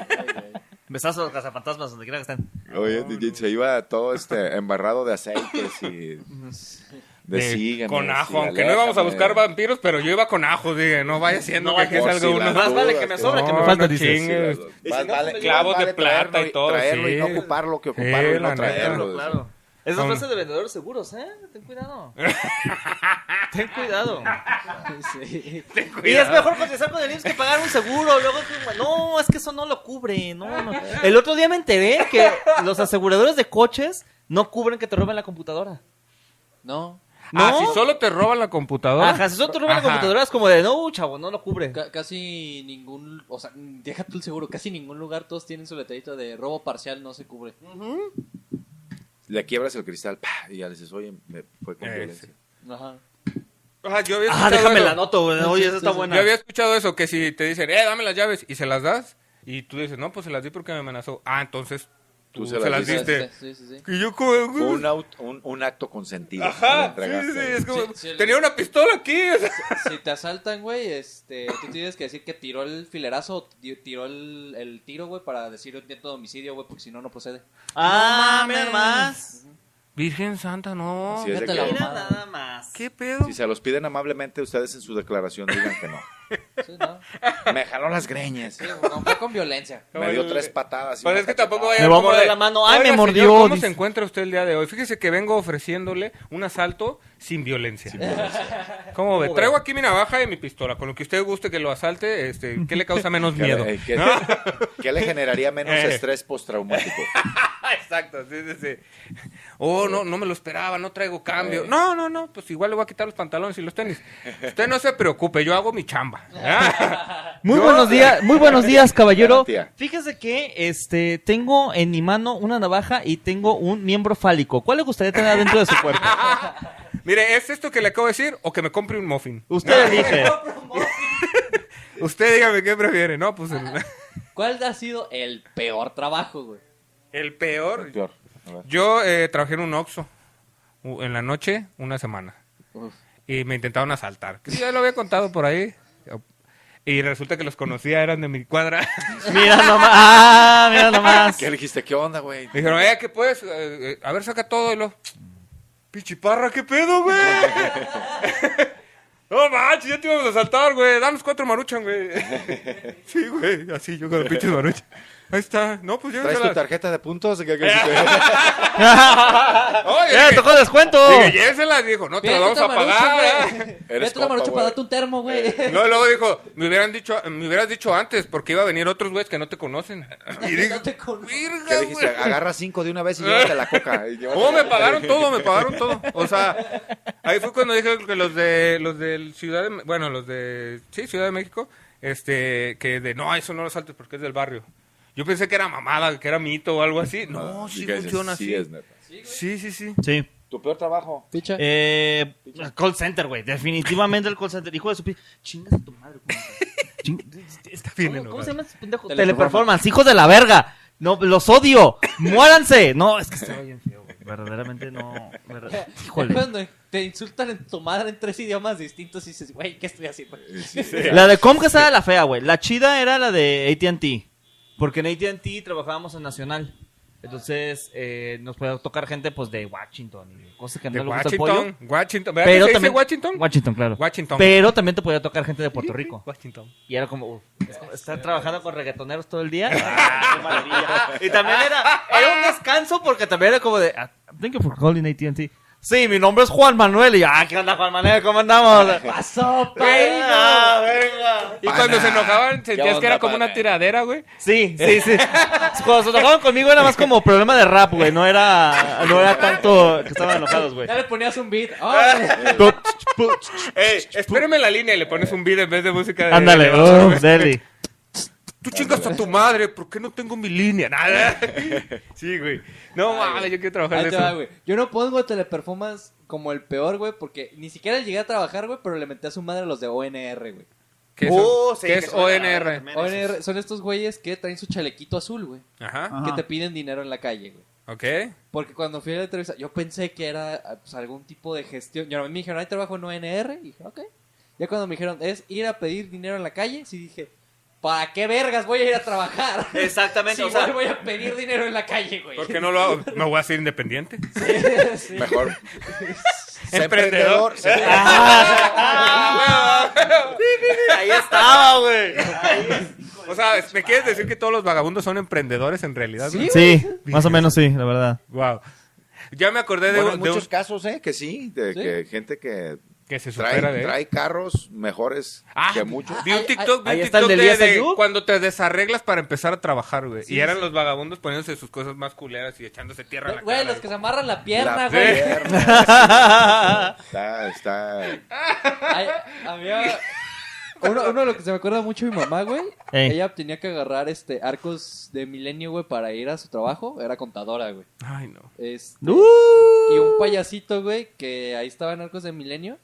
Besazo a los cazafantasmas donde quiera que estén. Oye, DJ, se iba todo este embarrado de aceites y. De De- sígueme, con sí, ajo, aunque no íbamos a aléjame. buscar vampiros, pero yo iba con ajo, dije, no vaya siendo No que vaya aquí salga por si la- uno. Más vale que me sobra que me No, falta, no dices. chingues. Más no, vale, pues, clavos más de vale traerlo plata y todo, Traerlo y sí. no ocuparlo que ocuparlo Sí, y no la neta. traerlo. Claro, claro. Esas Son- frases de vendedores seguros, ¿eh? Ten cuidado. Ten cuidado. Sí. Y es mejor cotizar con el IMSS que pagar un seguro. Luego, que- no, es que eso no lo cubre. No, no. El otro día me enteré que los aseguradores de coches no cubren que te roben la computadora. No. Ah, ¿No? si solo te roban la computadora. Ajá, si solo te roban la Ajá. computadora es como de, no, chavo, no lo cubre. Ca- casi ningún, o sea, deja tú el seguro, casi ningún lugar todos tienen su letrerito de robo parcial, no se cubre. Le quiebras el cristal pa, y ya le dices, oye, me fue con Eh, violencia. Ajá. Ajá, yo había Ah, escuchado déjame eso. la noto, güey. Oye, esa está Yo buena. había escuchado eso, que si te dicen, eh, dame las llaves, y se las das, y tú dices, no, pues se las di porque me amenazó. Ah, entonces tú, se, las diste. Sí, sí, sí. Y yo como... Fue un, aut- un, un acto consentido. Ajá, que le sí, sí, entregaste. es como, Sí, sí, el- tenía una pistola aquí, o sea, Si te asaltan, güey, este, tú tienes que decir que tiró el filerazo, o ti- tiró el, el tiro, güey, para decir intento de homicidio, güey, porque si no, no procede. Ah, No mames. mira más. Virgen Santa, no. Así es de Fíjate que- la Mira mamada. nada más. ¿Qué pedo? Si se los piden amablemente, ustedes en su declaración digan que no. Sí, no. Me jaló las greñas. Sí, no fue con violencia. Me dio tres patadas. y Pero Pues una es que tampoco Me vaya cachetada. va a como morder de, la mano. Ay, "Oiga, me mordió", señor, ¿Cómo dice. se encuentra usted el día de hoy? Fíjese que vengo ofreciéndole un asalto sin violencia. ¿Cómo ve? ¿Cómo ve? Traigo aquí mi navaja y mi pistola. Con lo que usted guste que lo asalte, este, ¿qué le causa menos ¿Qué miedo? le- eh, ¿Qué, ¿No? qué le generaría menos Eh. estrés postraumático? Exacto, sí, sí, sí. Oh, no, no me lo esperaba, no traigo cambio. Eh. No, no, no, pues igual le voy a quitar los pantalones y los tenis. Usted no se preocupe, yo hago mi chamba. Ah. Muy Yo- buenos días, muy buenos días, caballero. Garantía. Fíjese que este tengo en mi mano una navaja y tengo un miembro fálico. ¿Cuál le gustaría tener dentro de su cuerpo? Mire, ¿es esto que le acabo de decir o que me compre un muffin? Usted elige. Usted dígame qué prefiere, ¿no? Pues el, ¿Cuál ha sido el peor trabajo, güey? el peor. Peor. A ver. Yo eh, trabajé en un Oxxo u- en la noche una semana y me intentaron asaltar. Que Ya lo había contado por ahí. Y resulta que los conocía, eran de mi cuadra. Mira nomás. Ah, mira nomás. ¿Qué le dijiste? ¿Qué onda, güey? Me dijeron, eh, ¿qué puedes? Eh, eh, a ver, saca todo. Y lo, pichiparra, ¿qué pedo, güey? no manches, ya te íbamos a saltar, güey. Danos cuatro maruchan, güey. sí, güey, así yo con los pinches maruchan. Ahí está. No, pues ¿Traes tu llévenselas. tarjeta de puntos? ¿Qué- qué- Ah, Oye, ¡Eh, tocó descuento! Dije, llévenselas. Dijo, no, te las vamos a pagar, ¿eh? güey. güey. Eres Vete a la compa, marucha güey. para darte un termo, güey. No, luego dijo, me hubieran dicho, me hubieras dicho antes, porque iba a venir otros güeyes que no te conocen. Y dije, No te conozco. ¿Qué virga, le dijiste? Ah, güey. Agarra cinco de una vez y llévate la coca. Y llévate- No, me pagaron todo, me pagaron todo. O sea, ahí fue cuando dije que los de, los del Ciudad de, Me- bueno, los de, sí, Ciudad de México, este, que de, no, eso no lo saltes porque es del barrio. Yo pensé que era mamada, que era mito o algo así. No, sí Dije, funciona así. Sí, es neta. Sí, sí, sí. Sí. ¿Tu peor trabajo? Picha. Eh, call center, güey. Definitivamente el call center. Hijo de su pi... Chingas a tu madre. güey. Chinga- Está bien ¿Cómo, cómo se llama ese pendejo? Teleperformance. Teleperformance. Hijos de la verga. No, los odio. Muéranse. No, es que estaba bien feo, güey. Verdaderamente no. verda- Híjole. Cuando te insultan en tu madre en tres idiomas distintos y dices, güey, ¿qué estoy haciendo? La de Comcast era la fea, güey. La chida era la de ATT. Porque en ATT trabajábamos en Nacional. Entonces eh, nos podía tocar gente pues de Washington y cosas que De no le gusta el pollo. Washington, Washington. ¿Verdad que Pero se dice también, Washington? Washington, pues. claro. Washington. Pero también te podía tocar gente de Puerto Rico. Washington. Y era como, uf, es como estar trabajando con reggaetoneros todo el día. ¡Ah, qué maravilla! Y también era, era un descanso porque también era como de, ah, thank you for calling ATT. Sí, mi nombre es Juan Manuel. Y yo, ah, ¿qué onda, Juan Manuel? ¿Cómo andamos? ¡Pasó, perro! Venga, venga. Y cuando se enojaban, Ah, ¿Qué sentías onda, que era como pana? una tiradera, güey. Sí, sí, sí. Cuando se enojaban conmigo era más como problema de rap, güey. No era, no era tanto que estaban enojados, güey. Ya le ponías un beat. ¡Órale! Ey, espérame en la línea y le pones un beat en vez de música de. Ándale, de- oh, güey. Deli. Tú chingas a tu madre, ¿por qué no tengo mi línea? Nada. Sí, güey. No mames, yo quiero trabajar Ahí en te va, eso. güey. Yo no pongo teleperformance como el peor, güey, porque ni siquiera llegué a trabajar, güey, pero le menté a su madre a los de ONR, güey. ¿Qué es, Oh, sí, ¿qué que es suena, ONR? también. ONR son estos güeyes que traen su chalequito azul, güey, Ajá. que te piden dinero en la calle, güey. Ok. Porque cuando fui a la entrevista, yo pensé que era ah, pues, algún tipo de gestión. Yo, me dijeron, hay trabajo en ONR. Y dije, ok. Ya cuando me dijeron, es ir a pedir dinero en la calle, sí dije, ¿para qué vergas voy a ir a trabajar? Exactamente, Si o sea- voy, voy a pedir dinero en la calle, güey. ¿Por qué no lo hago? Me voy a hacer independiente. Sí. Mejor. Sé Emprendedor. sé- Ah, Ahí estaba, güey. O sea, ¿me quieres decir que todos los vagabundos son emprendedores en realidad? Sí. Sí, más o menos sí, la verdad. Wow. Ya me acordé de, Bueno, un- en de un- muchos casos, ¿eh? Que sí, de Sí. que gente que que se supera trae, de él. trae carros mejores Ah, que muchos. Vi un Ahí- TikTok, vi ahí un está el TikTok de de, Elías de Ayub. cuando te desarreglas para empezar a trabajar, güey. Sí, y eran sí. los vagabundos poniéndose sus cosas más culeras y echándose tierra en la Güey, cara, los que se amarran la pierna, La güey. pierna, sí. está, está. Ay, había- Uno, uno de lo que se me acuerda mucho de mi mamá, güey. Ey. Ella tenía que agarrar este arcos de milenio, güey, para ir a su trabajo. Era contadora, güey. Ay, no. Este, Uh. Y un payasito, güey, que ahí estaba en Arcos de Milenio.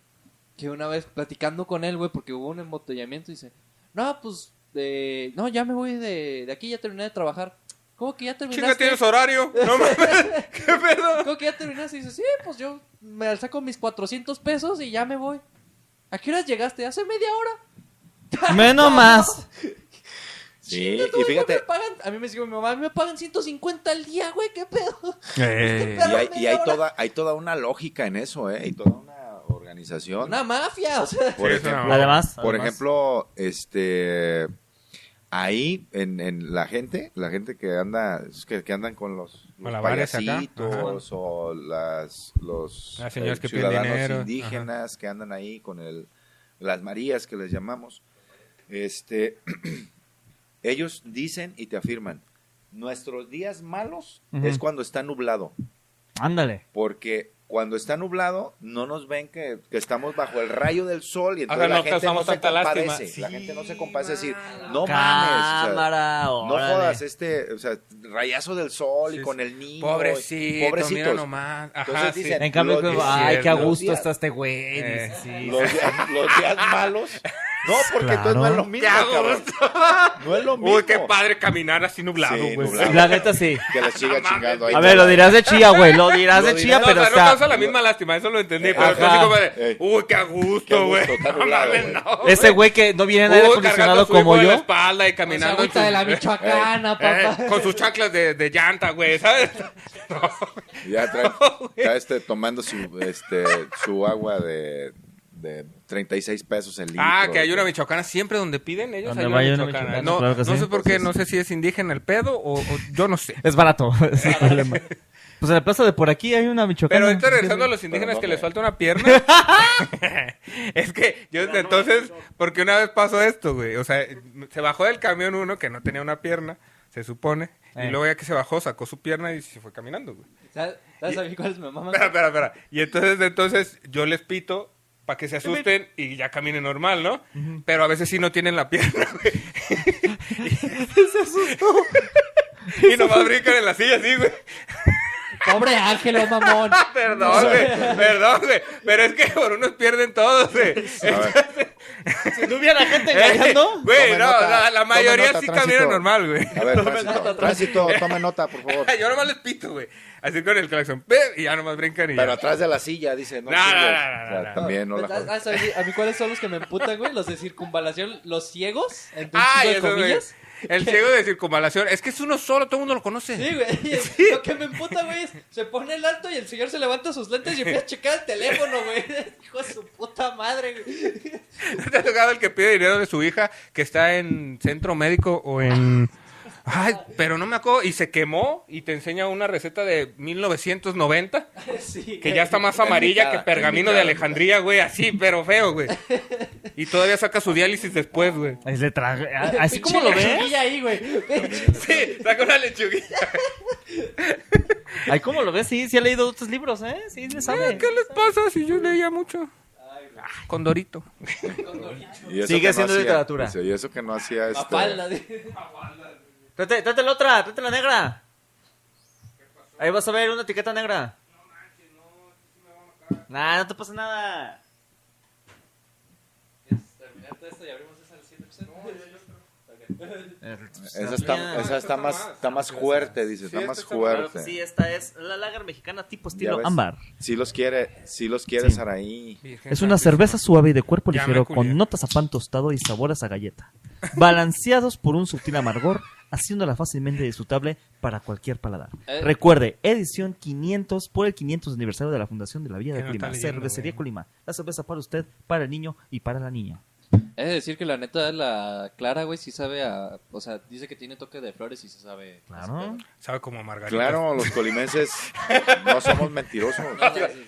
que una vez platicando con él, güey, porque hubo un embotellamiento, dice, no, pues, eh, no, ya me voy de, de aquí, ya terminé de trabajar. ¿Cómo que ya Chinga, terminaste? tienes horario. No mames. ¿Qué pedo? ¿Cómo que ya terminaste? Y dice, sí, pues yo me saco mis 400 pesos y ya me voy. ¿A qué horas llegaste? Hace media hora. Menos más. Sí, Chinga, tú, y güey, me fíjate, pagan- a mí me dice mi mamá, a mí me pagan 150 al día, güey, ¿qué pedo? y hay, y hay toda, hay toda una lógica en eso, ¿eh? Y toda una organización. Una mafia, o sea. Por Sí, es una ejemplo, mamada. Además, por además. ejemplo, este ahí en, en la gente, la gente que anda que, que andan con los, los Malabares acá. payasitos o las los Las señoras que piden ciudadanos dinero. indígenas que andan ahí con el las marías que les llamamos. Este ellos dicen y te afirman, nuestros días malos Ujú. es cuando está nublado. Ándale. Porque cuando está nublado, no nos ven que, que estamos bajo el rayo del sol y entonces Ajá, no la, gente no causamos se tanta compadece, lástima. la Sí, gente no se compadece. decir, no mames. o sea, Cámara, no órale. jodas este, o sea, rayazo del sol y Sí, con sí. el niño. y- Pobrecito, mira pobrecitos. nomás. Ajá, Entonces sí. dicen, En cambio, Lo- que- es ay, qué a cierto. gusto Los está este güey. Eh, dice, sí. Los, días- los días malos. No, porque entonces no es lo mismo. Qué a cabrón. No es lo mismo. Uy, qué padre caminar así nublado, güey. Sí, nublado. Pues, La neta sí. Que la siga chingando ahí. A ver, lo dirás dirás de chía, güey. Lo dirás Lo de dirás. chía, No, pero o sea, no está. causa la misma lástima, eso lo entendí. Eh, pero está ajá. así como de, Ey. uy, qué a Qué a gusto, gusto, güey. está No nublado, mames, güey. no. güey. Ese güey que no viene en Uy, aire cargando a acondicionado su hijo como en la yo. espalda y Con su caminando. en agüita de la sus- Michoacana, eh, papá. con sus chanclas de, de llanta, güey, ¿sabes? Ya trae, Oh, trae este, tomando su, este, su agua de, de 36 pesos el litro. Ah, que hay una michoacana siempre donde piden ellos. Donde hay una vaya una michoacana. michoacana, No, claro que no sí. sé por qué, no sé si es indígena el pedo o, o yo no sé. Es barato. ese es el problema. Pues en la plaza de por aquí hay una michoacana. Pero ahorita regresando a los indígenas Perdón, que eh. les falta una pierna. es que yo desde entonces, porque una vez pasó esto, güey. O sea, se bajó del camión uno que no tenía una pierna, se supone. Eh. Y luego ya que se bajó, sacó su pierna y se fue caminando, güey. ¿Sabes sabes a mí cuál es mi mamá? Espera, espera, espera. Y entonces, desde entonces, yo les pito para que se asusten y ya caminen normal, ¿no? Pero a veces sí no tienen la pierna, güey. y nomás brincan en la silla así, güey. Pobre Ángel, oh, mamón. Perdón, güey, perdón, güey. Pero es que por unos pierden todos, güey. Si no hubiera gente Eh, Güey, Tome no, nota, la, la tome mayoría nota, sí tránsito. camina normal, güey. A ver, tránsito, tránsito, tome nota, por favor. Yo nomás les pito, güey. Así con el claxon. ¡pim! Y ya nomás brincan y ya. Pero atrás de la silla, dice. No, No, chingues. no, no, no, O sea, no, no. También no la ¿Sabes- jodas. ¿Sabes a mí, ah, a mí cuáles son los que me emputan, güey? Los de circunvalación, los ciegos, entre un Ay, chingo de eso, Ah, güey. comillas. El ciego de circunvalación. Es que es uno solo, todo el mundo lo conoce. Sí, güey. Lo que me emputa, güey, es se pone el alto y el señor se levanta sus lentes y empieza a checar el teléfono, güey. Hijo de su puta madre, güey. ¿No ¿Te ha tocado el que pide dinero de su hija que está en centro médico o en... Ay, pero no me acuerdo. Y se quemó y te enseña una receta de 1990 Sí, que güey. ya está más En mi amarilla cara, que pergamino en de mi cara. Alejandría, güey. Así, pero feo, güey. Y todavía saca su diálisis después, güey. Es de traje. Así Pinche como lo ves. lechuguilla ahí, güey. Sí, saca una lechuguilla. Ahí como lo ves, sí, sí he leído otros libros, ¿eh? Sí, le sabe. ¿Qué les pasa si yo leía mucho? Con Dorito. Y eso Sigue que no siendo hacía- literatura. dice, y eso que no hacía este. Mafalda, güey. Trate, trate la otra, trate la negra. Ahí vas a ver una etiqueta negra. Nah, no te pasa nada. Esa está, esa está más, está más fuerte, dice. Está más fuerte. Sí, esta es la lager mexicana tipo Ya estilo ves, ámbar. Sí los quiere, sí los quiere Sí. Saraí. Es una cerveza suave y de cuerpo Ya me ligero culié. con notas a pan tostado y sabores a galleta, balanceados por un sutil amargor, haciéndola fácilmente disfrutable para cualquier paladar. Eh. Recuerde, edición 500 por el 500 aniversario de la Fundación de la Villa Que de no Colima, está leyendo, Cervecería güey. Colima. La cerveza para usted, para el niño y para la niña. Es decir, que la neta, la Clara, güey, sí sabe a. O sea, dice que tiene toque de flores y se sabe. Claro. Sabe como a margarita. Claro, los colimenses no somos mentirosos.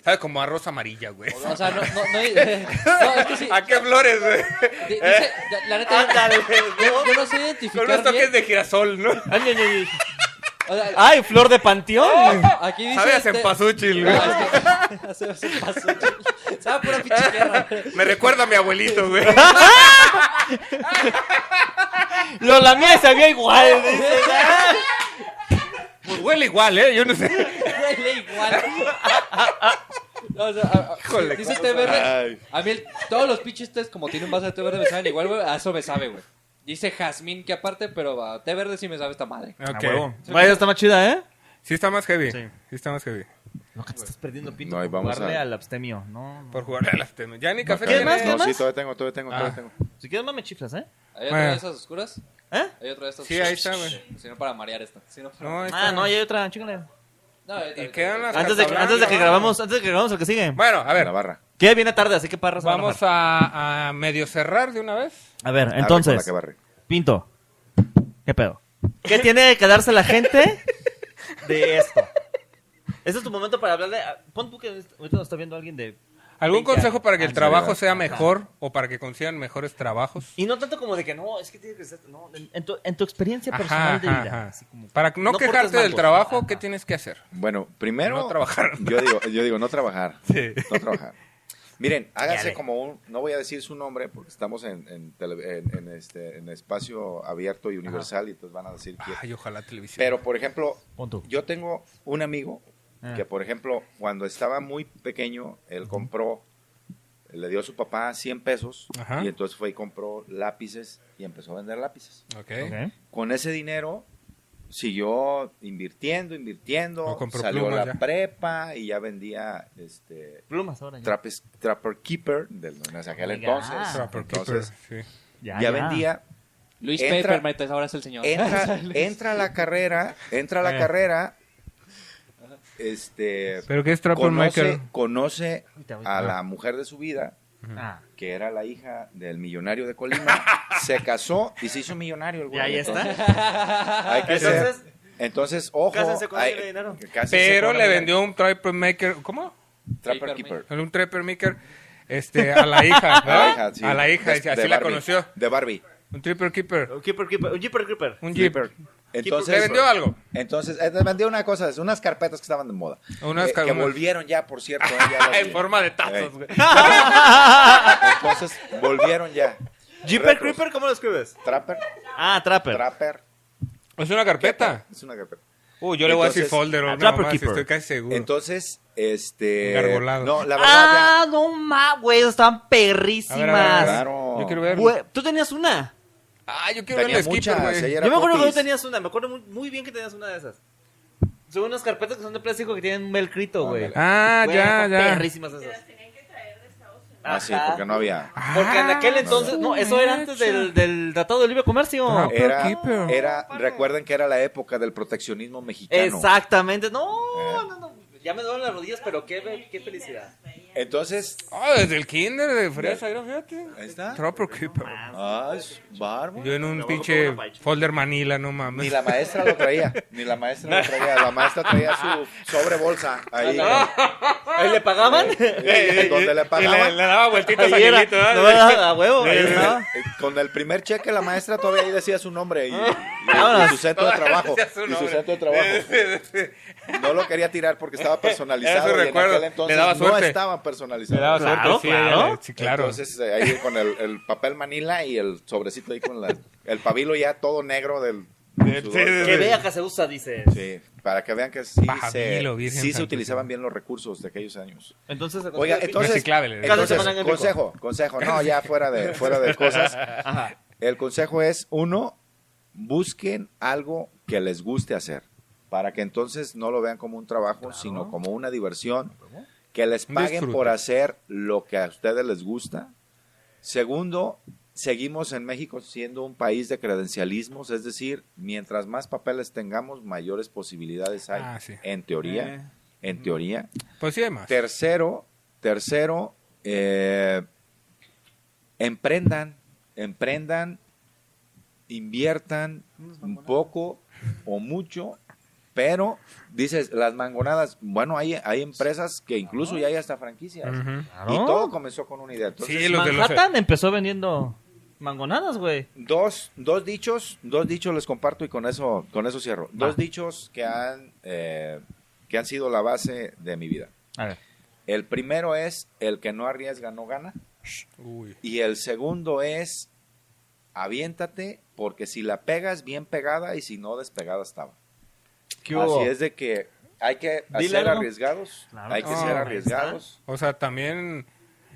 Sabe como a arroz amarilla, güey. O sea, no, no, no, no, es que sí. ¿A qué flores, güey? di- dice- la neta, Ándale, yo, yo Con no sé unos identificar toques bien. de girasol, ¿no? Ay, ay, ay, ay. O sea, ¡Ay, flor de panteón! aquí dice. Sabe a este- cempasúchil, No, güey. es que- Sabe a cempasúchil. Sabe a pura pinche tierra. Me recuerda a mi abuelito, güey. Lo lamía y sabía igual. dice. Pues huele igual, ¿eh? Yo no sé. Huele igual. O sea, a- a- Híjole, dice ¿cómo té Ay. verde. A mí el- todos los pinches tés, como tienen vaso de té verde, me saben igual, güey. A eso me sabe, güey. Dice jazmín que aparte, pero a té verde sí me sabe esta madre. A Ah, Ok. huevo. Vaya, está más chida, ¿eh? Sí está más heavy. Sí. Sí. está más heavy. No, que te estás perdiendo pito No, ahí por vamos jugarle a- al abstemio. No, no. Por jugar a las temas. Ya ni café ¿Qué tiene. más? ¿Qué No, más? sí, todavía tengo, todavía tengo, todavía Ah. tengo. Si quieres más me chiflas, ¿eh? ¿Hay otra Bueno. de esas oscuras? ¿Eh? ¿Hay otra de esas Sí, ahí está, güey. Si no, para marear esta. Si no, para... No, Ah, está- no, ya hay otra, chingale. No, ahorita, Y ahorita, quedan ahorita. las Antes de, que- Casablanca, antes de que ¿no? grabamos, antes de que grabamos el que sigue. Bueno, a ver. La barra. Que viene tarde, así que parras. van a Vamos bajar. a, a medio cerrar de una vez. A ver, Arre con la entonces, que barre. Pinto. ¿Qué pedo? ¿Qué tiene que darse la gente de esto? Este es tu momento para hablarle. a- Pon tú que ahorita nos está viendo alguien de. ¿Algún 20 consejo años. para que el trabajo ¿verdad? sea mejor o para que consigan mejores trabajos? Y no tanto como de que no, es que tiene que ser. No, en, en tu, en tu experiencia Ajá, personal de ajá, vida. ajá. así como- Para no, No cortes quejarte del mangos. trabajo, Ajá. ¿qué tienes que hacer? Bueno, primero. No trabajar. Yo digo, yo digo no trabajar. Sí. No trabajar. Miren, háganse ve. como un. No voy a decir su nombre porque estamos en, en tele- en- en este, en espacio abierto y universal y entonces van a decir quién. Ay, ojalá televisión. Pero, por ejemplo, Pon tú. yo tengo un amigo Ah. que, por ejemplo, cuando estaba muy pequeño, él compró, le dio a su papá 100 pesos Ajá. y entonces fue y compró lápices y empezó a vender lápices. Ok. Ok. Con ese dinero siguió invirtiendo, O invirtiendo, compró salió plumas la ya. prepa y ya vendía este Plumas ahora. Ya, trapes- Trapper Keeper del no, en aquel Oiga. entonces. Ah, Trapper Entonces, keeper, sí. ya, vendía, Luis Entra- Paper, metes ahora es el señor. entra, entra a la carrera, entra a la Eh. carrera, este ¿Pero qué es Trapper conoce, Maker? conoce Ahorita, ahorita. a la mujer de su vida, Ah, que era la hija del millonario de Colima, se casó y se hizo millonario el y güey. ahí Entonces, está. hay que ser- Entonces, entonces, ojo. cásense con hay- el dinero. cásense Pero con le el- vendió un Trapper Maker. ¿Cómo? Trapper Keeper. Un Trapper Maker este, a la hija. ¿no? A la hija, sí. A la hija, De- así de la Barbie. conoció. De Barbie. Un Trapper Keeper. Un Keeper, Keeper, un Jeeper Creeper. Un Jeep. Entonces, Le vendió algo. Entonces, eh, le vendió una cosa, unas carpetas que estaban de moda. Unas Eh, car- que volvieron ya, por cierto. eh, ya las vi. en forma de Eh, tazos, güey. Entonces, volvieron ya. Jeeper Creeper, ¿cómo lo escribes? Trapper, Ah, Trapper. Trapper. Es una carpeta. Es una carpeta. Uh, yo le voy a decir Entonces- folder o Ah, una Trapper mamá, así, Keeper. estoy casi seguro. Entonces, este. Engargolado. No, la verdad. ya- ah, no ma, güey, están A ver, a ver, a ver. perrísimas. Claro. Yo quiero ver. Güey, Tú tenías una. Ah, yo quiero ver Tenía el skipper, muchas. güey. ella Yo era me acuerdo que tú Cotis. tenías una, me acuerdo muy, muy bien que tenías una de esas. Son unas carpetas que son de plástico que tienen un melcrito, güey. Ándale. Ah, Güey, ya, están ya. Perrísimas esas. Ah, sí, Ajá. porque no había. Porque en aquel Ah, entonces, no, eso era antes del, del Tratado de Libre Comercio. Ajá. Era, Keeper. era, recuerden que era la época del proteccionismo mexicano. Exactamente. No, Eh. no, no. Ya me duelen las rodillas, pero qué, qué felicidad. Entonces, Ah, desde el kinder de fresa, mira, fíjate. ahí está. Trapper Keeper. Ah, es bárbaro. Yo en un Trabajo pinche como una pacha. folder manila, no mames. Ni la maestra lo traía, ni la maestra lo traía. La maestra traía su sobrebolsa ahí. Ah. ¿Ahí le pagaban? eh, donde le Y le, pagaban. le daba vueltitas a Ahí era. Gilito, ¿eh? No, era a huevo, ahí Eh, estaba. Eh, Con el primer cheque la maestra todavía ahí decía su nombre y, y- y Vámonos. su centro de trabajo. Decía su Y su nombre. centro de trabajo. No lo quería tirar porque estaba personalizado. Era su y en recuerdo. aquel entonces Le daba No suerte. estaban Le personalizados. daba Claro, suerte, sí, claro. ella le- sí, claro. Entonces eh, ahí con el, el papel manila y el sobrecito ahí con la- el pabilo ya todo negro del. Del- sudor. sí, sí, Que vea que se usa, dice. Sí, para que vean que sí, Pabilo, se, Virgen sí se Santísima. utilizaban bien los recursos de aquellos años. Entonces, Oiga, entonces, Reciclable, le- entonces, Cada semana en rico. consejo, consejo, no, ya fuera de, fuera de cosas. Ajá. El consejo es, uno, busquen algo que les guste hacer, para que entonces no lo vean como un trabajo, sino como una diversión, que les Un paguen disfrute. por hacer lo que a ustedes les gusta. Segundo, seguimos en México siendo un país de credencialismos, es decir, mientras más papeles tengamos, mayores posibilidades hay, Ah, sí. en teoría, en teoría. Pues sí, además. Tercero, tercero, eh, emprendan, emprendan, inviertan un poco o mucho, pero dices, las mangonadas, bueno, hay, hay empresas que incluso ya hay hasta franquicias. Ujú. Y Claro. todo comenzó con una idea. Entonces, Sí, los de los... Manhattan empezó vendiendo mangonadas, güey. Dos, dos dichos, dos dichos les comparto y con eso, con eso cierro. Dos dichos que han, eh, que han sido la base de mi vida. A ver. El primero es el que no arriesga no gana. Uy. Y el segundo es aviéntate porque si la pegas bien pegada y si no despegada estaba. Así es de que hay que Dile ser algo. arriesgados. Claro. Hay que Ah, ser ahí arriesgados. O sea, también,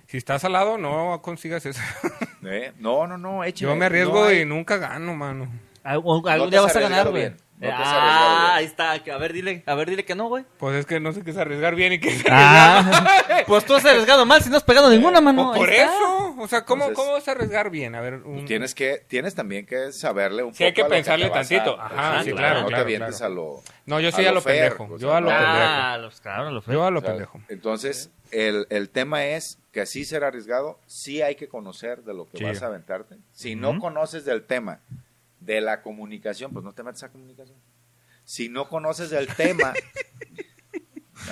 si estás al lado, no consigas eso. ¿eh? No, no, no, échale. Yo me arriesgo No hay- y nunca gano, mano. Algún, No algún te día has vas a ganar, arriesgado güey. bien. No te has arriesgado ah, bien. ahí está. que- A ver, dile, a ver, dile que no, güey. Pues es que no sé qué es arriesgar bien y qué es Ah, pues tú has arriesgado mal si no has pegado ninguna, mano. Pues por Ahí está. eso. O sea, ¿cómo, Entonces- pues ¿cómo vas a arriesgar bien? A ver, un... Tienes que, tienes también que saberle un Mm. Sí, poco. hay que a lo te pensarle vas tantito. Ajá, sí, o sea, claro, No claro, te avientes claro. a lo. No, yo sí a lo fair, pendejo, o yo sea, a lo no, Pues Ah, los, claro, los Yo a lo o sea, pendejo. Entonces, el, el tema es que sí ser arriesgado, sí hay que conocer de lo que Sí. vas a aventarte. Si no Ujú. conoces del tema de la comunicación, pues no te metas a comunicación. Si no conoces del tema...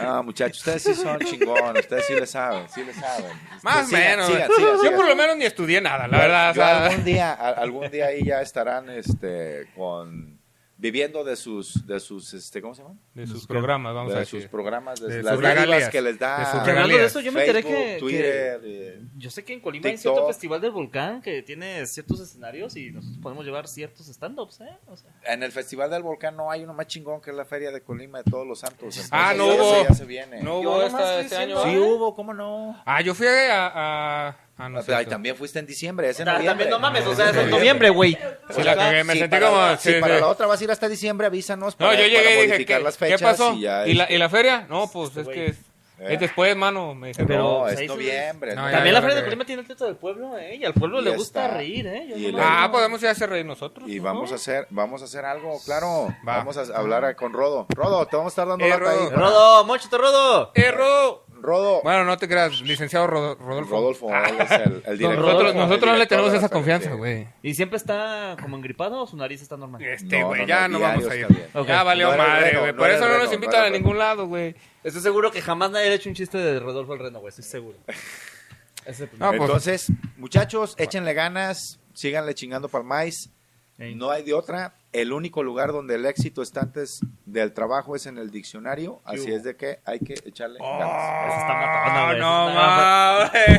Ah, muchachos, ustedes sí son chingones, ustedes sí le saben, sí le saben. Más o Sigan, menos. sigan, güey. sigan, yo sigan. por lo menos ni estudié nada, la Yo- verdad. o yo sea, algún día, a- algún día ahí ya estarán este, con, viviendo de sus, de sus este, ¿cómo se llama? de sus programas, vamos a de decir. sus programas, de, De las sus regalías regalías, que les da. de sus Que hablando de regalías. eso, yo me enteré Facebook, que, Twitter, eh, que- Yo sé que en Colima hay TikTok. cierto festival del volcán que tiene ciertos escenarios y nosotros podemos llevar ciertos stand-ups, ¿eh? O sea, En el Festival del Volcán no hay uno más chingón que es la Feria de Colima de todos los santos. Ah, Entonces, no ese hubo. ya se viene. No Yo hubo nomás esta, estoy este año. diciendo- ah, Sí ¿va? hubo, ¿cómo no? Ah, yo fui a. a, a- no sé, Ah, Ahí eso. también fuiste en diciembre, ese ta- también no mames, o sea, es en noviembre, Noviembre. güey. Sí, la cagué, me sentí como. Si sí, sí. para la otra vas a ir hasta diciembre, avísanos No, para, yo para llegué y dije, modificar ¿qué, las qué fechas pasó? y ya. ¿Y, la, este, ¿Y la feria? No, pues es güey. que es, ¿Eh? es después, mano. Me dijeron. Pero- no, o sea, es hizo- noviembre. No, ¿no? ya, También la ya, Feria de ya. Colima tiene el teatro del pueblo, ¿eh? Y al pueblo le Ya gusta está. reír, ¿eh? Yo Y no- la- ah, podemos ir a hacer reír nosotros. Y vamos a hacer, vamos a hacer algo, claro. Va. Vamos a hablar a- con Rodo. Rodo, te vamos a estar dando Eh, lata ahí. Rodo. Rodo, mochito Rodo. ¡Erro! Rodo. Bueno, no te creas, licenciado Rodo- Rodolfo. Rodolfo Ah, es el, el director. nosotros nosotros el no le director tenemos de la esa feria, confianza, sí. güey. ¿Y siempre está como engripado o su nariz está normal? Este, No, güey, no, ya no, no, diario vamos a está ir. bien. Ok. Ya valió No era el madre, reno, güey. no Por era eso el no reno, nos no invitan era a el ningún lado, güey. Estoy seguro que jamás nadie le ha hecho un chiste de Rodolfo el Reno, güey. Estoy seguro. Ese es el primero. No, pues- Entonces, muchachos, échenle ganas, síganle chingando para el maíz. Ey. No hay de otra. El único lugar donde el éxito está antes del trabajo es en el diccionario. Así es de que hay que echarle ganas. Esa está matona, Ah, güey. no Esa Oh, mames. Así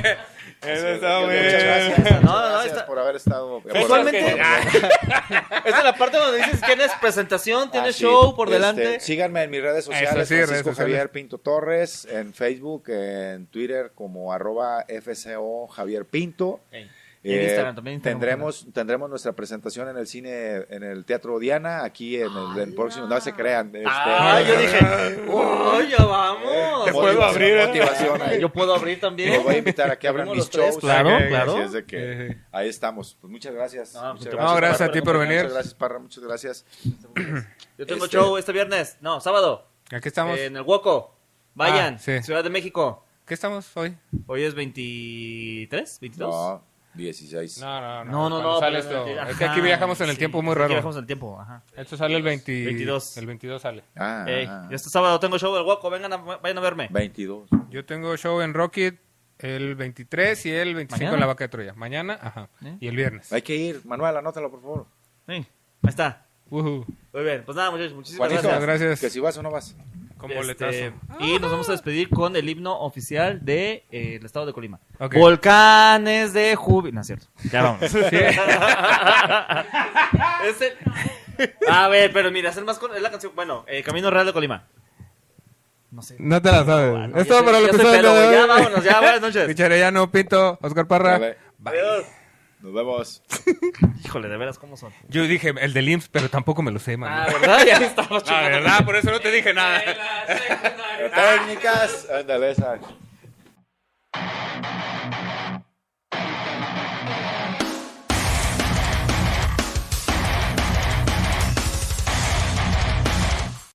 Eso es de está que bueno. muchas No, gracias, muchas no, gracias está- por haber estado. por haber Usualmente- estado con nosotros. Esa es la parte donde dices tienes presentación, tienes Así, show por Ah, este, delante. síganme en mis redes sociales, sí, redes Francisco sociales. Javier Pinto Torres, en Facebook, en Twitter como arroba FCO Javier Pinto. Eh, Ey. En Instagram también, Instagram. tendremos tendremos nuestra presentación en el cine en el Teatro Diana aquí en el, en próximo no se crean este, Ah, yo dije, ¡oh, ya vamos! Te puedo motivación, abrir, ¿eh? motivación ahí. Yo puedo abrir los también. voy a invitar a que abran mis Abrimos los tres, shows claro, Así claro. Eh. es de que Sí. ahí estamos pues muchas gracias No, muchas no, gracias a Parra, ti por venir. muchas gracias Parra muchas gracias Yo tengo Este- show este viernes, no, sábado, Aquí estamos. eh, en el Huoco. Vayan, Ah, sí. Ciudad de México. ¿Qué estamos hoy? Hoy es 23, 22. no 16 No, no, no, no. cuando no, sale pero- esto. ajá, es que aquí viajamos en el sí, tiempo muy aquí raro. viajamos en el tiempo, ajá. Esto sale el 20 22. El 22 sale. Ah, Ey, yo este sábado tengo show del Huoco, vengan a, vayan a verme. 22 Yo tengo show en Rocket el 23 y el 25 ¿Mañana? en la vaca de Troya. Mañana, ajá. ¿Eh? Y el viernes. Hay que ir. Manuel, anótalo, por favor. Sí, ahí está. Ujú. Muy bien, pues nada, muchachos, muchísimas Juanito, gracias. gracias. Que si vas o no vas. Con Este, boletazo. y nos vamos a despedir con el himno oficial del de, eh, el estado de Colima. Ok. Volcanes de júbilo. No es cierto. Ya vamos. A ver, pero mira, es, el más con- es la canción. Bueno, eh, Camino Real de Colima. No sé. No te la sabes. Ah, no, es ya todo soy- para el ya soy episodio pedo, de güey. Ya hoy. vámonos, ya, buenas noches. Micharellano, Pinto, Oscar Parra. Dale. Bye. Nos vemos. Híjole, de veras, ¿cómo son? Yo dije el del IMSS, pero tampoco me lo sé, man. Ah, ¿verdad? Ya estamos la verdad, por eso no te dije nada. Técnicas. Ándale, esa.